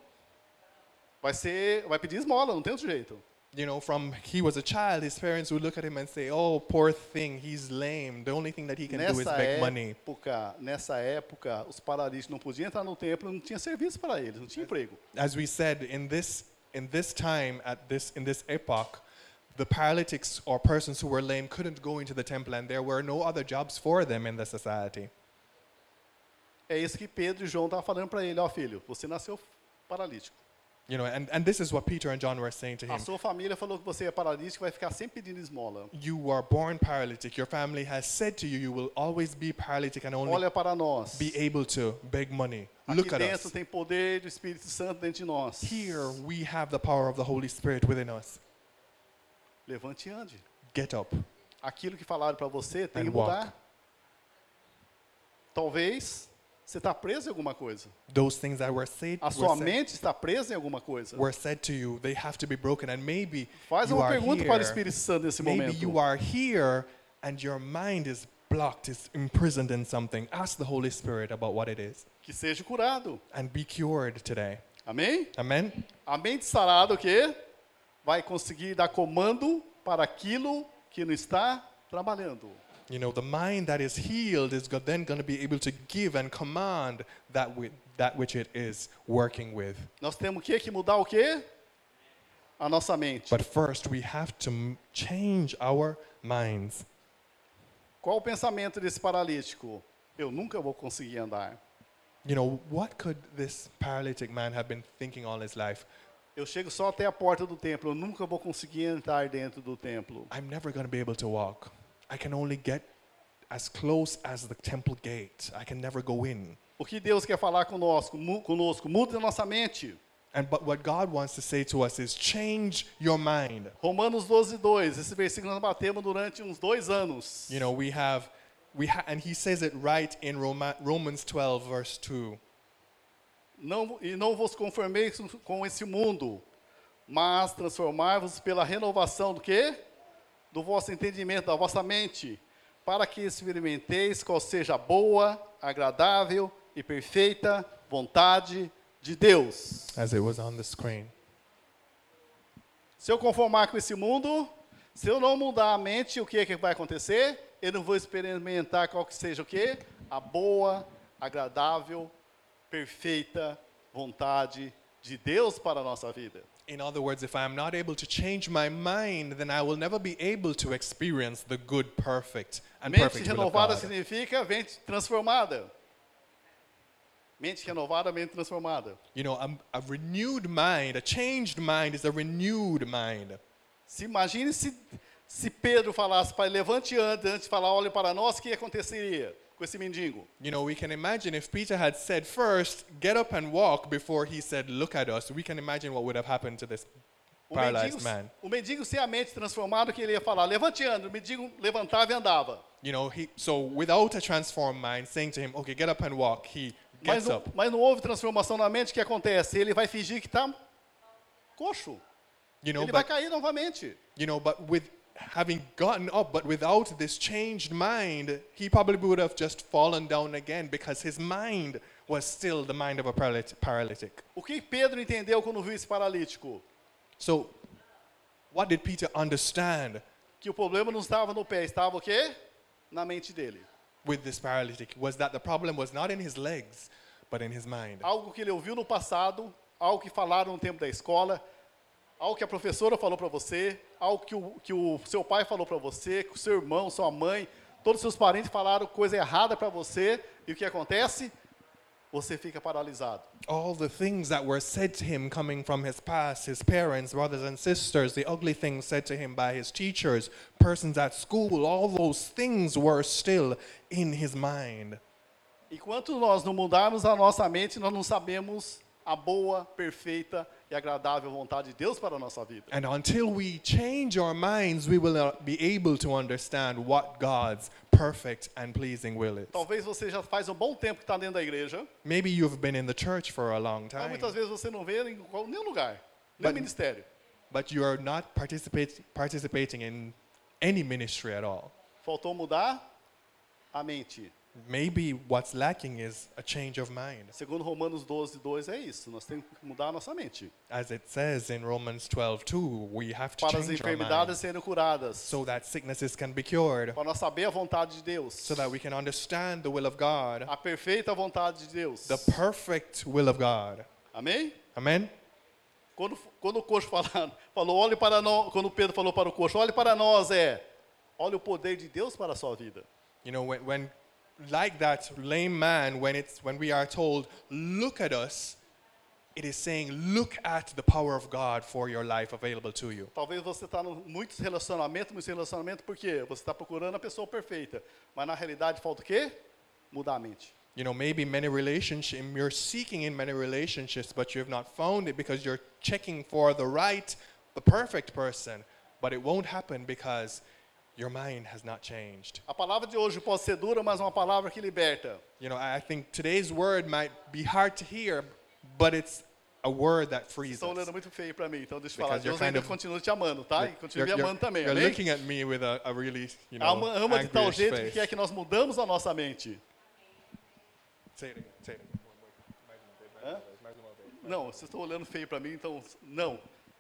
Speaker 1: Vai ser, vai pedir esmola, não tem outro jeito.
Speaker 2: you know, from he was a child, his parents would look at him and say, "Oh, poor thing, he's lame. The only thing that he can do is
Speaker 1: Nessa eh?
Speaker 2: make money."
Speaker 1: época, nessa época, os paralíticos não podiam entrar no templo, não tinha serviço para eles, não tinha emprego.
Speaker 2: As we said in this in this time at this in this epoch, the paralytics or persons who were lame couldn't go into the temple, and there were no other jobs for them in the society.
Speaker 1: É isso que Pedro e João estavam falando para ele, ó filho, você nasceu paralítico.
Speaker 2: You know, and, and this is what Peter and John were saying to
Speaker 1: A
Speaker 2: him.
Speaker 1: sua família falou que você é paralítico e vai ficar sempre pedindo esmola.
Speaker 2: You were born paralytic. Your family has said to you, you will always be paralytic and only
Speaker 1: Olha para nós.
Speaker 2: be able to beg money.
Speaker 1: Aqui
Speaker 2: Look at
Speaker 1: dentro
Speaker 2: us.
Speaker 1: tem poder do Espírito Santo dentro de nós.
Speaker 2: Here we have the power of the Holy Spirit within us.
Speaker 1: Levante e ande.
Speaker 2: Get up.
Speaker 1: Aquilo que falaram para você tem
Speaker 2: And
Speaker 1: que
Speaker 2: walk.
Speaker 1: mudar. Talvez você está preso em alguma coisa.
Speaker 2: Those things that were said,
Speaker 1: A
Speaker 2: were
Speaker 1: sua
Speaker 2: said,
Speaker 1: mente está presa em alguma coisa.
Speaker 2: were said to you, they have to be broken. And maybe
Speaker 1: Faz
Speaker 2: you
Speaker 1: uma
Speaker 2: are
Speaker 1: pergunta
Speaker 2: here.
Speaker 1: para o Espírito Santo nesse
Speaker 2: maybe you
Speaker 1: momento.
Speaker 2: are here and your mind is blocked, is imprisoned in something. Ask the Holy Spirit about what it is
Speaker 1: Que seja curado.
Speaker 2: and be cured today.
Speaker 1: Amém?
Speaker 2: Amen.
Speaker 1: A mente sarada o quê? Vai conseguir dar comando para aquilo que não está trabalhando.
Speaker 2: You know, the mind that is healed is go- then going to be able to give and command that, wi- that which it is working with.
Speaker 1: Nós temos que, que mudar o quê? A nossa mente.
Speaker 2: But first, we have to m- change our minds.
Speaker 1: Qual o pensamento desse paralítico? Eu nunca vou conseguir andar.
Speaker 2: You know, what could this paralytic man have been thinking all his life?
Speaker 1: Eu chego só até a porta do templo, eu nunca vou conseguir entrar dentro do templo.
Speaker 2: I'm never going to be able to walk. I can only get as close as the temple gate. I can never go in.
Speaker 1: O que Deus quer falar conosco? Mu- conosco muda a nossa mente.
Speaker 2: And but what God wants to say to us is change your mind.
Speaker 1: Romanos 12, 2. Esse versículo nós batemos durante uns dois anos.
Speaker 2: You know, we have, we ha- and he says it right in Roma- Romans 12, verse 2.
Speaker 1: Não, e não vos conformeis com esse mundo, mas transformai-vos pela renovação do quê? Do vosso entendimento, da vossa mente, para que experimenteis qual seja a boa, agradável e perfeita vontade de Deus.
Speaker 2: As it was on the screen.
Speaker 1: Se eu conformar com esse mundo, se eu não mudar a mente, o que, é que vai acontecer? Eu não vou experimentar qual que seja o quê? A boa, agradável, perfeita vontade de Deus para a nossa vida.
Speaker 2: In other words, if I am not able to change my mind, then I will never be able to experience the good, perfect, and
Speaker 1: Mente
Speaker 2: perfect will of
Speaker 1: renovada
Speaker 2: God.
Speaker 1: significa mente transformada. Mente renovada, mente transformada.
Speaker 2: You know, a, a renewed mind, a changed mind is a renewed mind.
Speaker 1: Se imagine se, se Pedro falasse para ele, levante e ande, antes de falar, olhe para nós, o que aconteceria com esse mendigo?
Speaker 2: You know, we can imagine if Peter had said first, get up and walk, before he said, look at us, we can imagine what would have happened to this
Speaker 1: O mendigo,
Speaker 2: paralyzed man.
Speaker 1: o mendigo sem a mente transformada, o que ele ia falar? Levante e anda. O mendigo levantava e andava.
Speaker 2: You know, he, so without a transformed mind, saying to him, okay, get up and walk, he
Speaker 1: Mas
Speaker 2: gets
Speaker 1: não,
Speaker 2: up.
Speaker 1: mas não houve transformação na mente, o que acontece? Ele vai fingir que está coxo.
Speaker 2: You know,
Speaker 1: ele vai
Speaker 2: but,
Speaker 1: cair novamente.
Speaker 2: you know, but with having gotten up, but without this changed mind, he probably would have just fallen down again because his mind was still the mind of a paralyt- paralytic.
Speaker 1: O que Pedro entendeu quando viu esse paralítico?
Speaker 2: So, what did Peter understand
Speaker 1: Que o problema não estava no pé, estava o quê? Na mente dele.
Speaker 2: with this paralytic? Was that the problem was not in his legs, but in his mind.
Speaker 1: Algo que ele ouviu no passado, algo que falaram no tempo da escola, Algo que a professora falou para você, algo que o, que o seu pai falou para você, que o seu irmão, sua mãe, todos os seus parentes falaram coisa errada para você, e o que acontece? Você fica paralisado.
Speaker 2: All the things that were said to him coming from his past, his parents, brothers and sisters, the ugly things said to him by his teachers, persons at school, all those things were still in his mind.
Speaker 1: Enquanto nós não mudarmos a nossa mente, nós não sabemos a boa, perfeita e agradável vontade de Deus para a nossa vida.
Speaker 2: And until we change our minds, we will not be able to understand what God's perfect and pleasing will is.
Speaker 1: Talvez você já faz um bom tempo que está dentro da igreja,
Speaker 2: Maybe you've been in the church for a long
Speaker 1: mas
Speaker 2: time,
Speaker 1: muitas vezes você não vê em qual- nenhum lugar, nem
Speaker 2: Mas-
Speaker 1: ministério.
Speaker 2: but you are not participate, participating in any ministry at all.
Speaker 1: Faltou mudar a mente.
Speaker 2: Maybe what's lacking is a change of mind.
Speaker 1: Segundo Romanos 12, 2 é isso. Nós temos que mudar a nossa mente.
Speaker 2: As it says in Romans 12:2, we have to
Speaker 1: Para as
Speaker 2: change our mind
Speaker 1: enfermidades serem curadas.
Speaker 2: so that sicknesses can be cured,
Speaker 1: para nós saber a vontade de Deus.
Speaker 2: so that we can understand the will of God,
Speaker 1: A perfeita vontade de Deus.
Speaker 2: the perfect will of God.
Speaker 1: Amém?
Speaker 2: Amen.
Speaker 1: Quando, quando o coxo falou, falou olhe para nós, quando Pedro falou para o coxo, olhe para nós, é. Olha o poder de Deus para a sua vida.
Speaker 2: You know, when, when like that lame man, when it's when we are told, look at us, it is saying, look at the power of God for your life available to you.
Speaker 1: Talvez você está em muitos relacionamentos, muitos relacionamentos, porque você está procurando a pessoa perfeita. Mas na realidade falta o quê? Mudar a mente.
Speaker 2: You know, maybe many relationship you're seeking in many relationships, but you have not found it because you're checking for the right, the perfect person, but it won't happen because your mind has not changed.
Speaker 1: A palavra de hoje pode ser dura, mas é uma palavra que liberta.
Speaker 2: You know, I I think today's word might be hard to hear, but it's a word that frees
Speaker 1: Estão
Speaker 2: us.
Speaker 1: olhando muito feio para mim, então deixa eu falar.
Speaker 2: Because you're
Speaker 1: Deus ainda
Speaker 2: kind of-
Speaker 1: continua te amando, tá? E
Speaker 2: You're-
Speaker 1: continua me
Speaker 2: you're-
Speaker 1: amando também,
Speaker 2: you're
Speaker 1: amém?
Speaker 2: looking at me with a, a really, you know,
Speaker 1: Ama, ama de tal
Speaker 2: angry
Speaker 1: jeito que
Speaker 2: face.
Speaker 1: quer que nós mudamos a nossa mente.
Speaker 2: Say it again, say it again.
Speaker 1: Hã? Não, vocês estão olhando feio para mim, então não.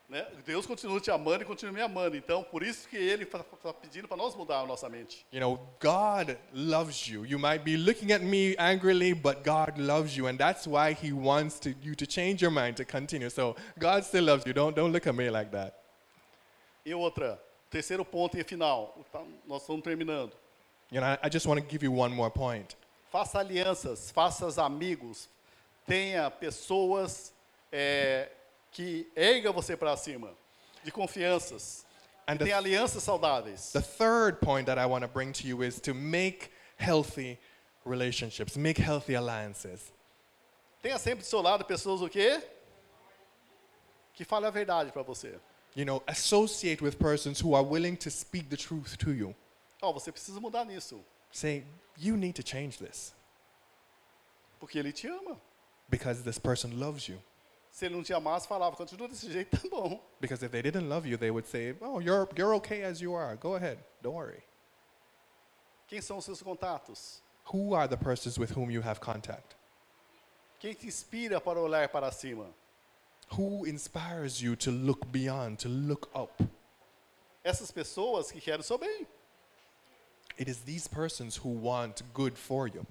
Speaker 1: Né? Deus continua te amando e continua me amando. Então, por isso que Ele está pedindo para nós mudar a nossa mente.
Speaker 2: You know, God loves you. You might be looking at me angrily, but God loves you, and that's why He wants to, you to change your mind to continue. So God still loves you. Don't don't look at me like that.
Speaker 1: E outra, terceiro ponto e final. Tá- Nós estamos terminando.
Speaker 2: You know, I, I just want to give you one more point.
Speaker 1: Faça alianças, faça amigos, tenha pessoas é, que erga você para cima, de confianças,
Speaker 2: And the
Speaker 1: tenha alianças saudáveis.
Speaker 2: The third point that I want to bring to you is to make healthy relationships, make healthy alliances.
Speaker 1: Tenha sempre do seu lado pessoas o quê? Que falem a verdade para você.
Speaker 2: You know, associate with persons who are willing to speak the truth to you.
Speaker 1: Ó, você precisa mudar nisso,
Speaker 2: Say, you need to change this
Speaker 1: porque ele te ama.
Speaker 2: because this person loves you.
Speaker 1: Se ele não te amasse, falava, continua desse jeito, tá bom.
Speaker 2: Because if they didn't love you, they would say, oh, you're, you're okay as you are. Go ahead. Don't worry.
Speaker 1: Quem são os seus contatos?
Speaker 2: Who are the persons with whom you have contact?
Speaker 1: Quem te inspira para olhar para cima?
Speaker 2: Who inspires you to look beyond, to look up?
Speaker 1: Essas pessoas que querem o seu bem.
Speaker 2: It is these persons who want good for you.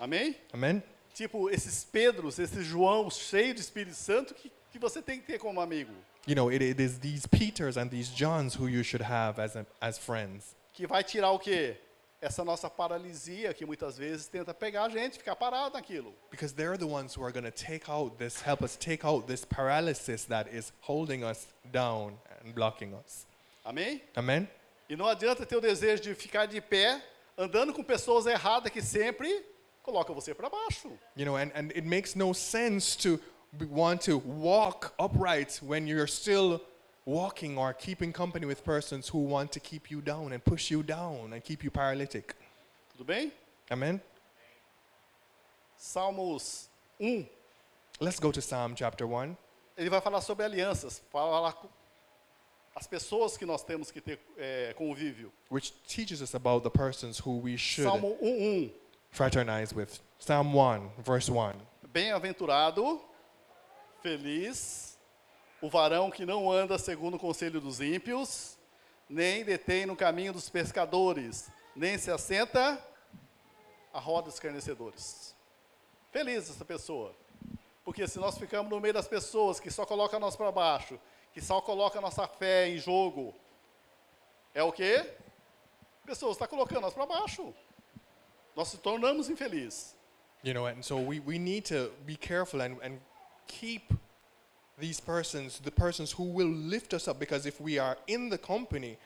Speaker 1: Amém?
Speaker 2: Amen?
Speaker 1: Tipo, esses Pedros, esses João cheio de Espírito Santo que, que você tem que ter como amigo.
Speaker 2: You know, it, it is these Peters and these Johns who you should have as, a, as friends.
Speaker 1: Que vai tirar o quê? Essa nossa paralisia que muitas vezes tenta pegar a gente, ficar parado naquilo.
Speaker 2: Because they're the ones who are going to take out this, help us take out this paralysis that is holding us down and blocking us.
Speaker 1: Amém?
Speaker 2: Amen?
Speaker 1: E não adianta ter o desejo de ficar de pé andando com pessoas erradas que sempre colocam você para baixo.
Speaker 2: You know, and, and it makes no sense to b- want to walk upright when you're still walking or keeping company with persons who want to keep you down and push you down and keep you paralytic.
Speaker 1: Tudo bem?
Speaker 2: Amen?
Speaker 1: Salmos 1,
Speaker 2: Let's go to Psalm chapter 1.
Speaker 1: ele vai falar sobre alianças, falar com as pessoas que nós temos que ter é, convívio.
Speaker 2: Which teaches us about the persons who we should
Speaker 1: Salmo 1, 1.
Speaker 2: fraternize with. Psalm 1, verse 1.
Speaker 1: Bem-aventurado, feliz, o varão que não anda segundo o conselho dos ímpios, nem detém no caminho dos pescadores, nem se assenta à roda dos escarnecedores. Feliz essa pessoa. Porque se nós ficamos no meio das pessoas que só colocam nós para baixo, que só coloca a nossa fé em jogo, é o quê? Pessoas, está colocando nós para baixo. Nós nos tornamos infelizes.
Speaker 2: You know, and so we, we need to be careful and, and keep these persons, the persons who will lift us up, because if we are in the company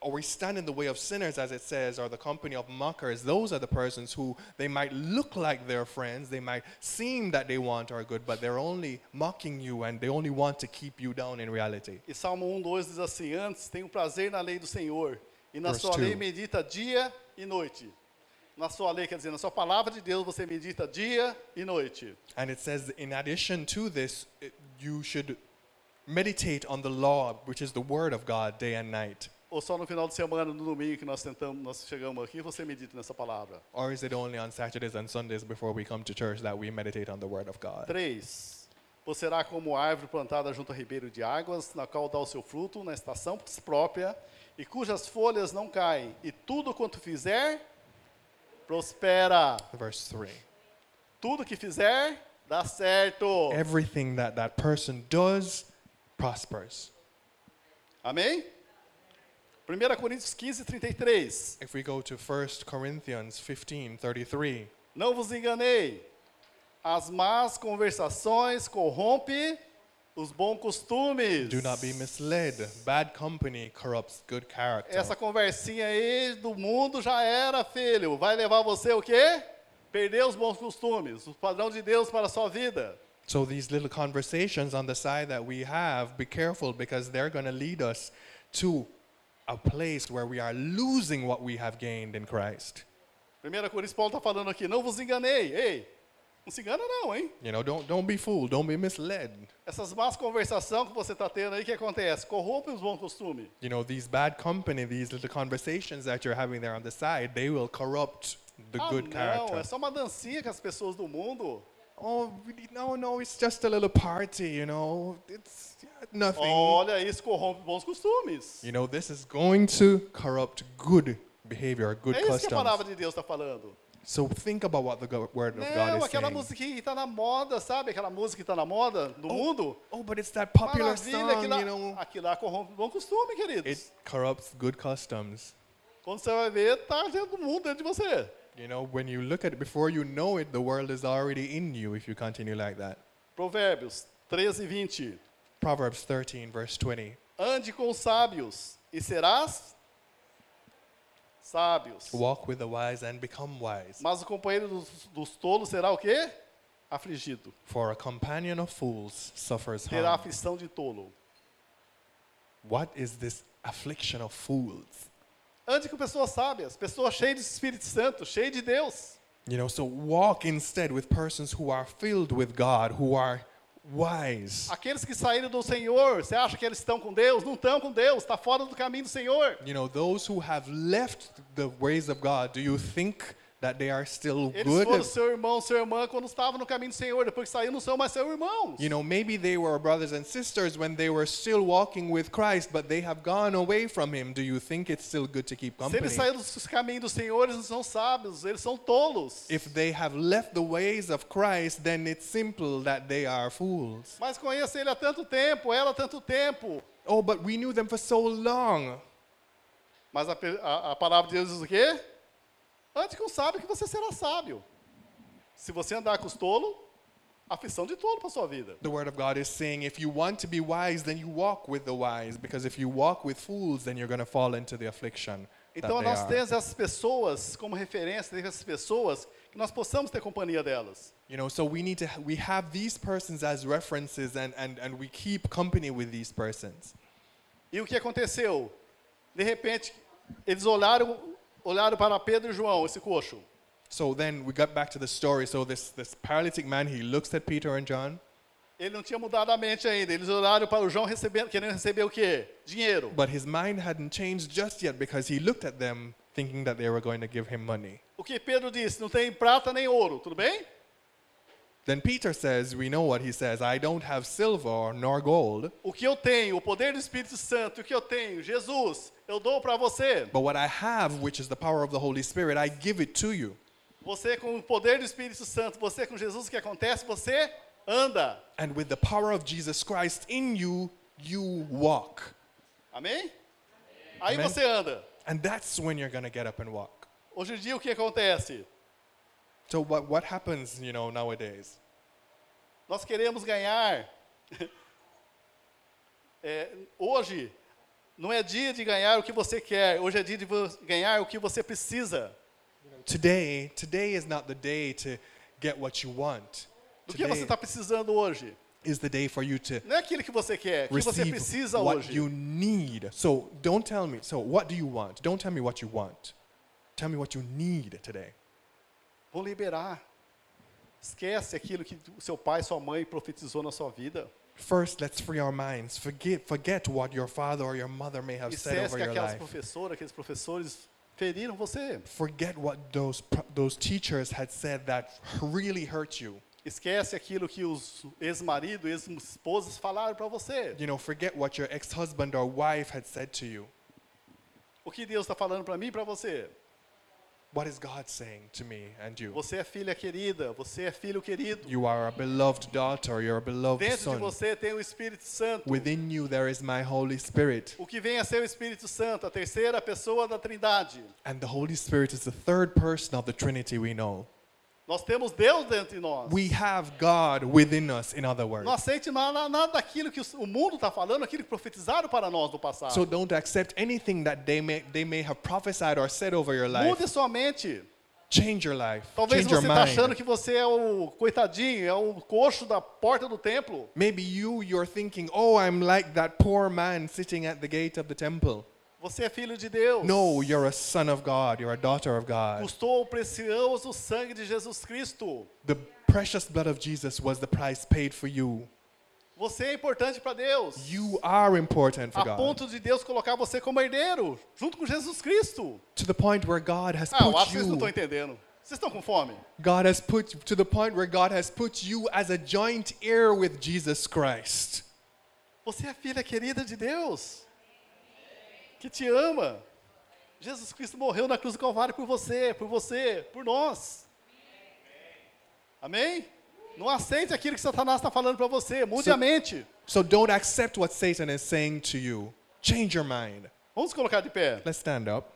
Speaker 2: or we stand in the way of sinners, as it says, or the company of mockers, those are the persons who they might look like they're friends, they might seem that they want our good, but they're only mocking you and they only want to keep you down in reality.
Speaker 1: E Salmo 1, 2 diz assim: Antes tenho prazer na lei do Senhor, e na
Speaker 2: Verse
Speaker 1: sua lei
Speaker 2: two.
Speaker 1: medita dia e noite. Na sua lei, quer dizer, na sua palavra de Deus você medita dia e noite.
Speaker 2: And it says, in addition to this, it- you should meditate on the law, which is the word of God, day and night.
Speaker 1: Ou só no final de semana, no domingo que nós tentamos, nós chegamos aqui, você medita nessa palavra.
Speaker 2: Or is it only on Saturdays and Sundays before we come to church that we meditate on the word of God?
Speaker 1: 3. Você será como árvore plantada junto a ribeiro de águas, na qual dá o seu fruto na estação própria, e cujas folhas não caem, e tudo quanto fizer prospera.
Speaker 2: Verse 3.
Speaker 1: Tudo que fizer dá certo.
Speaker 2: É Everything that that person does prospers.
Speaker 1: Amém? 1 Coríntios 15, 33.
Speaker 2: If we go to 1 Corinthians 15 33,
Speaker 1: Não vos enganei. As más conversações corrompem os bons costumes.
Speaker 2: do not be misled. Bad company corrupts good character.
Speaker 1: Essa conversinha aí do mundo já era, filho. Vai levar você o quê? Perder os bons costumes, o padrão de Deus para a sua vida.
Speaker 2: So these little conversations on the side that we have, be careful because they're going to lead us to a place where we are losing what we have gained in Christ.
Speaker 1: 1 Coríntios Paulo está falando aqui, não vos enganei. Ei, não se engana não, hein?
Speaker 2: You know, don't don't be fooled, don't be misled.
Speaker 1: Essas más conversações que você está tendo aí, o que acontece? Corrompe os bons costumes.
Speaker 2: You know, these bad company, these little conversations that you're having there on the side, they will corrupt the
Speaker 1: ah,
Speaker 2: good
Speaker 1: não,
Speaker 2: character.
Speaker 1: é só uma dancinha com as pessoas do mundo.
Speaker 2: Oh, really? no, no, it's just a little party, you know. It's nothing.
Speaker 1: Olha, isso corrompe bons costumes.
Speaker 2: You know, this is going to corrupt good behavior, good
Speaker 1: É isso que a palavra
Speaker 2: customs.
Speaker 1: de Deus está falando.
Speaker 2: So think about what the go- word of God
Speaker 1: Não,
Speaker 2: is
Speaker 1: aquela
Speaker 2: saying.
Speaker 1: musiquinha que está na moda, sabe? Aquela música que está na moda no mundo.
Speaker 2: Oh, but it's that popular
Speaker 1: Maravilha,
Speaker 2: song,
Speaker 1: aquilo, lá-
Speaker 2: you know.
Speaker 1: aquilo lá corrompe o bom costume, queridos.
Speaker 2: It corrupts good customs.
Speaker 1: Quando você vai ver, tá dentro do mundo, dentro de você.
Speaker 2: You know, when you look at it, before you know it, the world is already in you if you continue like that.
Speaker 1: Provérbios 13, 20.
Speaker 2: Proverbs 13, verse 20.
Speaker 1: Ande com os sábios e serás sábios.
Speaker 2: Walk with the wise and become wise.
Speaker 1: Mas o companheiro dos, dos tolos será o quê? Afligido.
Speaker 2: For a companion of fools suffers
Speaker 1: Terá
Speaker 2: harm.
Speaker 1: aflição de tolo.
Speaker 2: What is this affliction of fools?
Speaker 1: Ande com pessoas sábias, pessoas cheias de Espírito Santo, cheias de Deus.
Speaker 2: You know, so walk instead with persons who are filled with God, who are wise.
Speaker 1: Aqueles que saíram do Senhor, você acha que eles estão com Deus? Não estão com Deus, está fora do caminho do Senhor.
Speaker 2: You know, those who have left the ways of God, do you think that they are still
Speaker 1: Eles
Speaker 2: good?
Speaker 1: foram seu irmão, sua irmã, quando estavam no caminho do Senhor, depois que saíram, não são mais seu irmão.
Speaker 2: You know, maybe they were brothers and sisters when they were still walking with Christ, but they have gone away from Him. Do you think it's still good to keep
Speaker 1: Se
Speaker 2: company?
Speaker 1: eles saíram dos caminhos do Senhor, eles não são sábios, eles são tolos.
Speaker 2: If they have left the ways of Christ, then it's simple that they are fools.
Speaker 1: Mas conheço ele há tanto tempo, ela há tanto tempo.
Speaker 2: Oh, but we knew them for so long.
Speaker 1: Mas a, pe- a- a palavra de Deus diz o quê? Antes que um sábio, que você será sábio. Se você andar com os tolos, aflição de tolo para sua vida.
Speaker 2: The Word of God is saying if you want to be wise, then you walk with the wise, because if you walk with fools, then you're going to fall into the affliction. that
Speaker 1: Então
Speaker 2: they
Speaker 1: nós
Speaker 2: are.
Speaker 1: temos essas pessoas como referência, temos essas pessoas que nós possamos ter companhia delas.
Speaker 2: You know, so we need to, we have these persons as references and, and, and we keep company with these persons.
Speaker 1: E o que aconteceu? De repente, eles olharam, olharam para Pedro e João, esse coxo.
Speaker 2: So then we got back to the story. So this, this paralytic man, he looks at Peter and John,
Speaker 1: Ele não tinha mudado a mente ainda. Eles olharam para o João recebendo, querendo receber o quê? Dinheiro.
Speaker 2: but his mind hadn't changed just yet because he looked at them thinking that they were going to give him money.
Speaker 1: O que Pedro disse? Não tem prata nem ouro, tudo bem?
Speaker 2: Then Peter says, we know what he says, I don't have silver nor gold,
Speaker 1: O que eu tenho, o poder do Espírito Santo, o que eu tenho, Jesus, eu dou para você.
Speaker 2: but what I have, which is the power of the Holy Spirit, I give it to you.
Speaker 1: Você com o poder do Espírito Santo, você com Jesus, o que acontece? Você anda.
Speaker 2: And with the power of Jesus Christ in you, you walk.
Speaker 1: Amém? Aí
Speaker 2: Amém.
Speaker 1: você anda.
Speaker 2: And that's when you're going to get up and walk.
Speaker 1: Hoje em dia o que acontece?
Speaker 2: So what, what happens, you know, nowadays?
Speaker 1: Nós queremos ganhar. É, hoje não é dia de ganhar o que você quer, hoje é dia de vo- ganhar o que você precisa.
Speaker 2: Today, today is not the day to get what you want.
Speaker 1: Do que você
Speaker 2: Today
Speaker 1: está precisando hoje?
Speaker 2: is the day for you to
Speaker 1: Não é aquilo que você quer, o que você
Speaker 2: receive
Speaker 1: precisa
Speaker 2: what
Speaker 1: hoje.
Speaker 2: you need. So don't tell me. So what do you want? Don't tell me what you want. Tell me what you need today.
Speaker 1: Vou liberar. Esquece aquilo que o seu pai, sua mãe profetizou na sua vida.
Speaker 2: First, let's free our minds. Forget, forget what your father or your mother may have said
Speaker 1: Esquece
Speaker 2: over
Speaker 1: que
Speaker 2: your
Speaker 1: E aquelas
Speaker 2: life.
Speaker 1: professoras, aqueles professores feriram você.
Speaker 2: Forget what those pro- those teachers had said that really hurt you.
Speaker 1: Esquece aquilo que os ex-marido, ex-esposas falaram para você.
Speaker 2: You know, forget what your ex-husband or wife had said to you.
Speaker 1: O que Deus está falando para mim e para você?
Speaker 2: What is God saying to me and you?
Speaker 1: Você é filha querida, você é filho querido.
Speaker 2: You are a beloved daughter. You're a beloved
Speaker 1: Dentro de
Speaker 2: son.
Speaker 1: você tem o Espírito Santo.
Speaker 2: Within you there is my Holy Spirit.
Speaker 1: O que vem a ser o Espírito Santo, a terceira pessoa da Trindade.
Speaker 2: And the Holy Spirit is the third person of the Trinity we know.
Speaker 1: Nós temos Deus dentro de nós.
Speaker 2: We have God within us, in other words.
Speaker 1: Não aceite nada, nada daquilo que os- o mundo está falando, aquilo que profetizaram para nós no passado.
Speaker 2: So don't accept anything that they may, they may have prophesied or said over your life.
Speaker 1: Mude sua mente.
Speaker 2: Change your life.
Speaker 1: Talvez
Speaker 2: Change your
Speaker 1: você está
Speaker 2: mind.
Speaker 1: achando que você é o coitadinho, é o coxo da porta do templo.
Speaker 2: Maybe you, you're thinking, oh, I'm like that poor man sitting at the gate of the temple.
Speaker 1: Você é filho de Deus.
Speaker 2: No, you're a son of God. You're a daughter of God.
Speaker 1: Custou o precioso sangue de Jesus Cristo.
Speaker 2: The precious blood of Jesus was the price paid for you.
Speaker 1: Você é importante para Deus.
Speaker 2: You are important for
Speaker 1: A
Speaker 2: God.
Speaker 1: ponto de Deus colocar você como herdeiro, junto com Jesus Cristo.
Speaker 2: To the point where God has
Speaker 1: Ah, eu acho
Speaker 2: put
Speaker 1: que vocês não
Speaker 2: you
Speaker 1: estão entendendo. Vocês estão com fome?
Speaker 2: God has put to the point where God has put you as a joint heir with Jesus Christ.
Speaker 1: Você é a filha querida de Deus, que te ama. Jesus Cristo morreu na cruz do Calvário por você, por você, por nós. Amém? Não aceite aquilo que Satanás está falando para você, mude
Speaker 2: So-
Speaker 1: a mente.
Speaker 2: So don't accept what Satan is saying to you. Change your mind.
Speaker 1: Vamos colocar de pé.
Speaker 2: Let's stand up.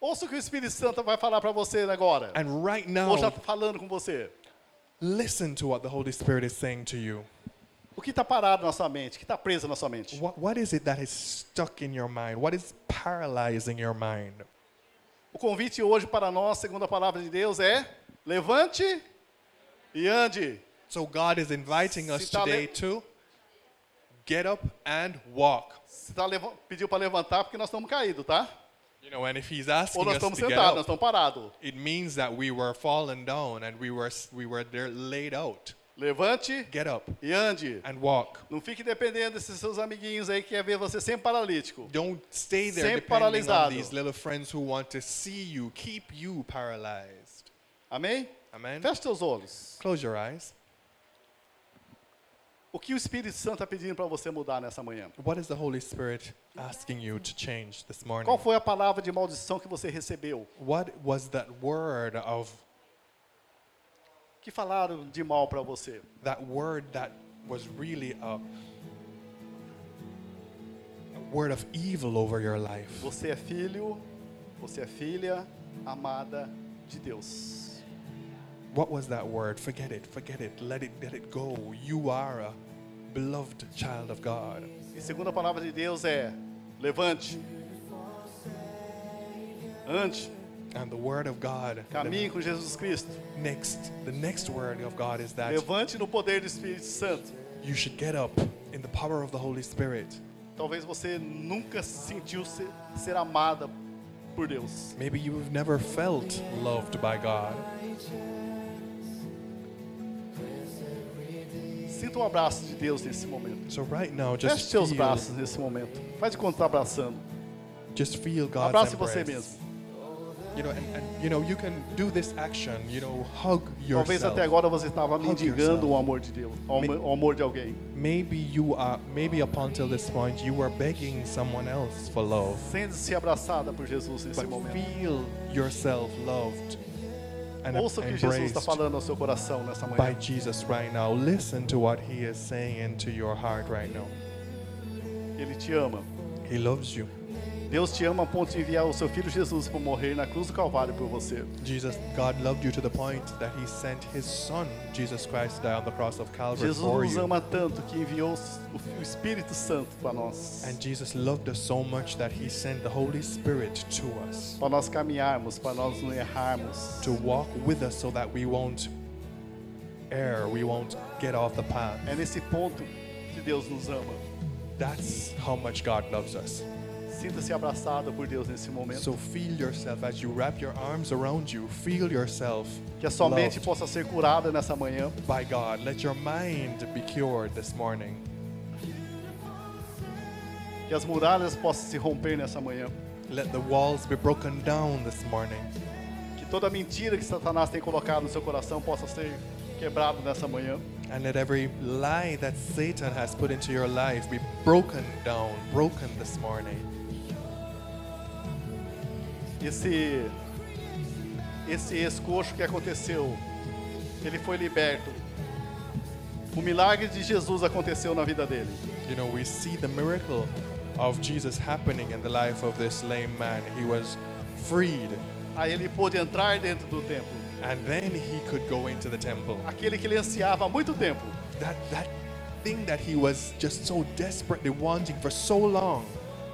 Speaker 1: Ouça o que o Espírito Santo vai falar para você agora.
Speaker 2: And right
Speaker 1: Ou já
Speaker 2: now,
Speaker 1: está falando com você.
Speaker 2: listen to what the Holy Spirit is saying to you.
Speaker 1: O que está parado na sua mente? O que está preso na sua mente?
Speaker 2: What, what is it that is stuck in your mind? What is paralyzing your mind?
Speaker 1: O convite hoje para nós, segundo a palavra de Deus, é levante e ande.
Speaker 2: So God is inviting us
Speaker 1: Sitale-
Speaker 2: today to get up and walk.
Speaker 1: Você tá leva- pediu para levantar porque nós estamos caídos, tá?
Speaker 2: You know, and if He's
Speaker 1: Ou
Speaker 2: asking
Speaker 1: nós
Speaker 2: us to
Speaker 1: estamos
Speaker 2: get
Speaker 1: sentados, nós
Speaker 2: up,
Speaker 1: estamos parados.
Speaker 2: it means that we were fallen down and we were we were there laid out.
Speaker 1: Levante
Speaker 2: Get up
Speaker 1: e ande.
Speaker 2: and walk.
Speaker 1: Não fique dependendo desses seus amiguinhos aí que quer ver você sempre paralítico.
Speaker 2: Don't stay there
Speaker 1: Sempre
Speaker 2: depending
Speaker 1: paralisado.
Speaker 2: on these little friends who want to see you, keep you paralyzed.
Speaker 1: Amém?
Speaker 2: Amen.
Speaker 1: Feche seus olhos.
Speaker 2: Close your eyes.
Speaker 1: O que o Espírito Santo está pedindo para você mudar nessa manhã?
Speaker 2: What is the Holy Spirit asking you to change this morning?
Speaker 1: Qual foi a palavra de maldição que você recebeu?
Speaker 2: What was that word of
Speaker 1: Que falaram de mal para você?
Speaker 2: that word that was really a, a word of evil over your life?
Speaker 1: Você é filho, você é filha amada de Deus.
Speaker 2: What was that word? Forget it, forget it, let it let it go. You are a beloved child of God.
Speaker 1: E segunda palavra de Deus é: levante, ande,
Speaker 2: And the word of God
Speaker 1: caminhe com Jesus Cristo.
Speaker 2: the next the next word of God is that
Speaker 1: Levante no poder do Espírito Santo.
Speaker 2: you should get up in the power of the Holy Spirit.
Speaker 1: Talvez você nunca se sentiu ser, ser amada por Deus.
Speaker 2: Maybe you've never felt loved by God.
Speaker 1: Sinta o abraço de Deus nesse momento.
Speaker 2: So right now
Speaker 1: Feche
Speaker 2: just
Speaker 1: seus
Speaker 2: feel,
Speaker 1: braços nesse momento. Faz de conta que tá abraçando.
Speaker 2: just feel God's
Speaker 1: Abrace você
Speaker 2: embrace.
Speaker 1: mesmo.
Speaker 2: You know, and, and you know you can do this action, you know, hug
Speaker 1: Talvez até
Speaker 2: yourself.
Speaker 1: agora você estava mendigando
Speaker 2: yourself.
Speaker 1: o amor de Deus, o am- o amor de alguém.
Speaker 2: Maybe you are maybe up until this point you were begging someone else for love.
Speaker 1: Sente-se abraçada por Jesus nesse
Speaker 2: But
Speaker 1: momento.
Speaker 2: feel yourself loved and
Speaker 1: Ouça o que Jesus está
Speaker 2: embraced
Speaker 1: falando ao seu coração nessa manhã.
Speaker 2: by Jesus right now. Listen to what He is saying into your heart right now.
Speaker 1: Ele te ama.
Speaker 2: He loves you.
Speaker 1: Deus te ama a ponto de enviar o seu filho Jesus para morrer na cruz do Calvário por você.
Speaker 2: Jesus, God loved you to the point that He sent His Son, Jesus Christ, to die on the cross of Calvary
Speaker 1: Jesus
Speaker 2: for
Speaker 1: nos
Speaker 2: you.
Speaker 1: ama tanto que enviou o o Espírito Santo para nós,
Speaker 2: And Jesus loved us so much that He sent the Holy Spirit to us
Speaker 1: para nós caminharmos, para nós não errarmos.
Speaker 2: to walk with us so that we won't err, we won't get off the path.
Speaker 1: É nesse ponto que Deus nos ama.
Speaker 2: That's how much God loves us.
Speaker 1: Sinta-se abraçado por Deus nesse momento.
Speaker 2: So feel yourself as you wrap your arms around you, feel yourself
Speaker 1: Que a sua mente
Speaker 2: loved
Speaker 1: possa ser curada nessa manhã.
Speaker 2: by God. Let your mind be cured this morning.
Speaker 1: Que as muralhas possam se romper nessa manhã.
Speaker 2: Let the walls be broken down this morning.
Speaker 1: Que toda mentira que Satanás tem colocado no seu coração possa ser quebrada nessa manhã.
Speaker 2: And let every lie that Satan has put into your life be broken down, broken this morning.
Speaker 1: Esse esse escoxo que aconteceu, ele foi liberto. O milagre de Jesus aconteceu na vida dele.
Speaker 2: You know, we see the miracle of Jesus happening in the life of this lame man. He was freed,
Speaker 1: Aí ele pôde entrar dentro do templo.
Speaker 2: and then he could go into the temple.
Speaker 1: Aquele que ele ansiava há muito tempo.
Speaker 2: That that thing that he was just so desperately wanting for so long,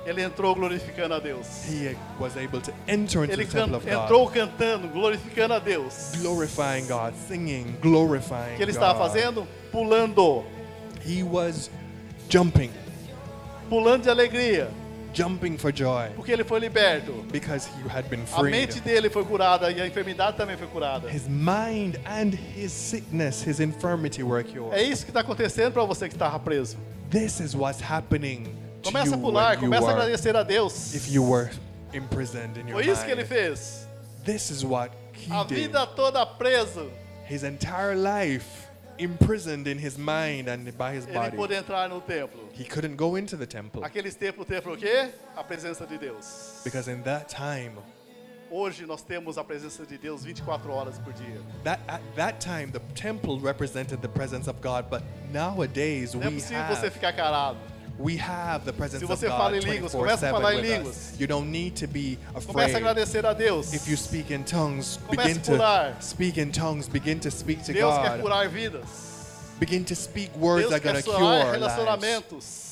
Speaker 1: Ele entrou glorificando a Deus.
Speaker 2: he was able to enter into
Speaker 1: Ele
Speaker 2: the temple of
Speaker 1: can-
Speaker 2: God,
Speaker 1: entrou cantando, glorificando a Deus.
Speaker 2: glorifying God, singing,
Speaker 1: O
Speaker 2: glorifying
Speaker 1: que ele estava
Speaker 2: God.
Speaker 1: fazendo? Pulando.
Speaker 2: He was jumping,
Speaker 1: Pulando de alegria.
Speaker 2: jumping for joy.
Speaker 1: Porque ele foi liberto.
Speaker 2: because he had been
Speaker 1: A
Speaker 2: freed.
Speaker 1: mente dele foi curada e a enfermidade também foi curada.
Speaker 2: His mind and his sickness, his infirmity were cured.
Speaker 1: É isso que está acontecendo para você que estava preso.
Speaker 2: This is what's happening to
Speaker 1: Começa a
Speaker 2: you
Speaker 1: pular,
Speaker 2: when you
Speaker 1: começa a
Speaker 2: were,
Speaker 1: agradecer a Deus.
Speaker 2: if you were imprisoned in your
Speaker 1: Foi isso que ele
Speaker 2: mind.
Speaker 1: fez.
Speaker 2: This is what he
Speaker 1: A
Speaker 2: did.
Speaker 1: vida toda preso,
Speaker 2: His entire life imprisoned in his mind and by his
Speaker 1: ele pôde
Speaker 2: body.
Speaker 1: entrar no templo.
Speaker 2: He couldn't go into the temple
Speaker 1: Aqueles templos, o templo o quê? A presença de Deus.
Speaker 2: because in that time,
Speaker 1: Hoje nós temos a presença de Deus 24 horas por dia.
Speaker 2: that at that time the temple represented the presence of God, but nowadays
Speaker 1: Não é
Speaker 2: we
Speaker 1: possível você
Speaker 2: have
Speaker 1: ficar carado.
Speaker 2: We have the presence
Speaker 1: Se
Speaker 2: of
Speaker 1: você
Speaker 2: God
Speaker 1: fala em línguas, começa a
Speaker 2: 24/7
Speaker 1: falar em
Speaker 2: with
Speaker 1: línguas.
Speaker 2: us. You don't need to be
Speaker 1: Comece a
Speaker 2: afraid.
Speaker 1: agradecer a Deus.
Speaker 2: If you speak in tongues,
Speaker 1: Comece a
Speaker 2: begin to
Speaker 1: pular.
Speaker 2: speak in tongues, begin to speak to
Speaker 1: Deus quer
Speaker 2: God.
Speaker 1: curar vidas.
Speaker 2: Begin to speak words
Speaker 1: Deus
Speaker 2: that
Speaker 1: quer
Speaker 2: are going to
Speaker 1: curar
Speaker 2: cure lives.
Speaker 1: relacionamentos.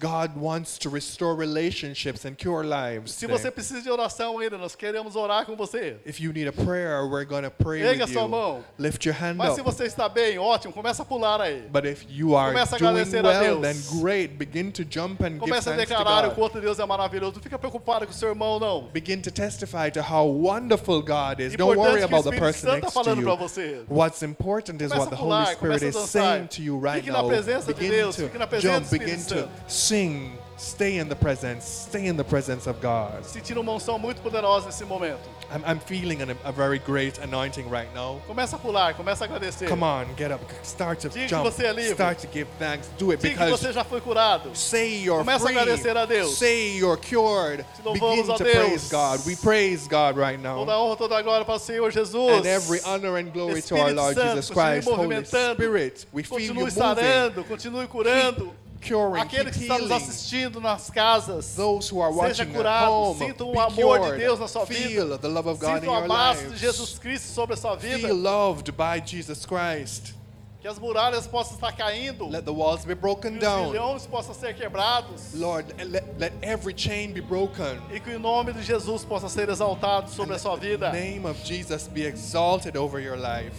Speaker 2: God wants to restore relationships and cure lives.
Speaker 1: Se
Speaker 2: today.
Speaker 1: você precisa de oração ainda, nós queremos orar com você.
Speaker 2: If you need a prayer, we're going to pray
Speaker 1: Erga
Speaker 2: with
Speaker 1: sua mão.
Speaker 2: you. Lift your hand
Speaker 1: Mas se
Speaker 2: up.
Speaker 1: você está bem, ótimo, começa a pular aí.
Speaker 2: But if you are
Speaker 1: Começa a
Speaker 2: doing
Speaker 1: agradecer a Deus.
Speaker 2: well, then great. Begin to jump and give
Speaker 1: Começa a
Speaker 2: thanks to
Speaker 1: declarar o
Speaker 2: God.
Speaker 1: quanto Deus é maravilhoso. Não fica preocupado com o seu irmão, não.
Speaker 2: begin to testify to how wonderful God is. Don't
Speaker 1: Importante E
Speaker 2: worry
Speaker 1: que o
Speaker 2: about the
Speaker 1: Espírito
Speaker 2: person
Speaker 1: Santo tá
Speaker 2: next
Speaker 1: falando pra
Speaker 2: to
Speaker 1: você.
Speaker 2: you. What's important is
Speaker 1: Começa
Speaker 2: what
Speaker 1: a
Speaker 2: the
Speaker 1: pular,
Speaker 2: Holy Spirit
Speaker 1: começa a
Speaker 2: is
Speaker 1: dançar.
Speaker 2: saying to you right
Speaker 1: Fique na
Speaker 2: now.
Speaker 1: presença de
Speaker 2: Begin
Speaker 1: Deus, fique na
Speaker 2: to
Speaker 1: presença
Speaker 2: jump,
Speaker 1: do
Speaker 2: begin
Speaker 1: Espírito
Speaker 2: to sing, stay in the presence, stay in the presence of God.
Speaker 1: Sentindo uma unção muito poderosa nesse momento.
Speaker 2: I'm, I'm feeling an, a very great anointing right now.
Speaker 1: Começa a pular, começa a agradecer.
Speaker 2: Come on, get up, start to
Speaker 1: Diga que
Speaker 2: jump,
Speaker 1: você é livre.
Speaker 2: start to give thanks, do
Speaker 1: Diga
Speaker 2: it
Speaker 1: que
Speaker 2: because
Speaker 1: você já foi curado.
Speaker 2: Say you're
Speaker 1: Começa a agradecer a
Speaker 2: free.
Speaker 1: Deus.
Speaker 2: Say you're cured.
Speaker 1: Te louvamos
Speaker 2: Begin
Speaker 1: a
Speaker 2: to
Speaker 1: Deus.
Speaker 2: praise God. We praise God right now.
Speaker 1: Toda honra, toda glória para o Senhor Jesus.
Speaker 2: and every honor and glory to our
Speaker 1: Espírito
Speaker 2: Lord
Speaker 1: Santo,
Speaker 2: Jesus
Speaker 1: continue
Speaker 2: Christ, Holy
Speaker 1: movimentando.
Speaker 2: Spirit. We feel you
Speaker 1: Continue
Speaker 2: moving,
Speaker 1: sarando, continue curando.
Speaker 2: curing,
Speaker 1: Aquele
Speaker 2: keep
Speaker 1: que está nos
Speaker 2: healing.
Speaker 1: assistindo nas casas,
Speaker 2: Those who are
Speaker 1: seja
Speaker 2: watching at
Speaker 1: curado,
Speaker 2: home,
Speaker 1: sinta o
Speaker 2: be
Speaker 1: amor de
Speaker 2: cured.
Speaker 1: Deus na sua
Speaker 2: feel
Speaker 1: vida.
Speaker 2: the love of oh God
Speaker 1: sinta
Speaker 2: in
Speaker 1: o
Speaker 2: your
Speaker 1: abraço de
Speaker 2: lives.
Speaker 1: Jesus Cristo sobre a sua vida.
Speaker 2: Feel loved by Jesus Christ.
Speaker 1: Que as muralhas possam estar caindo,
Speaker 2: Let the walls be broken
Speaker 1: que os
Speaker 2: down.
Speaker 1: milhões possam ser quebrados.
Speaker 2: Lord, let, let every chain be broken.
Speaker 1: E que o nome de Jesus possa ser exaltado sobre a sua vida.
Speaker 2: The name of Jesus be exalted over your life.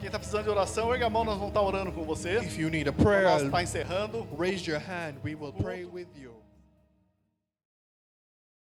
Speaker 1: Quem está precisando de oração, erga a mão, nós vamos estar orando com você.
Speaker 2: If you need a
Speaker 1: Nós
Speaker 2: prayer,
Speaker 1: está encerrando.
Speaker 2: raise your hand. We will pray with you.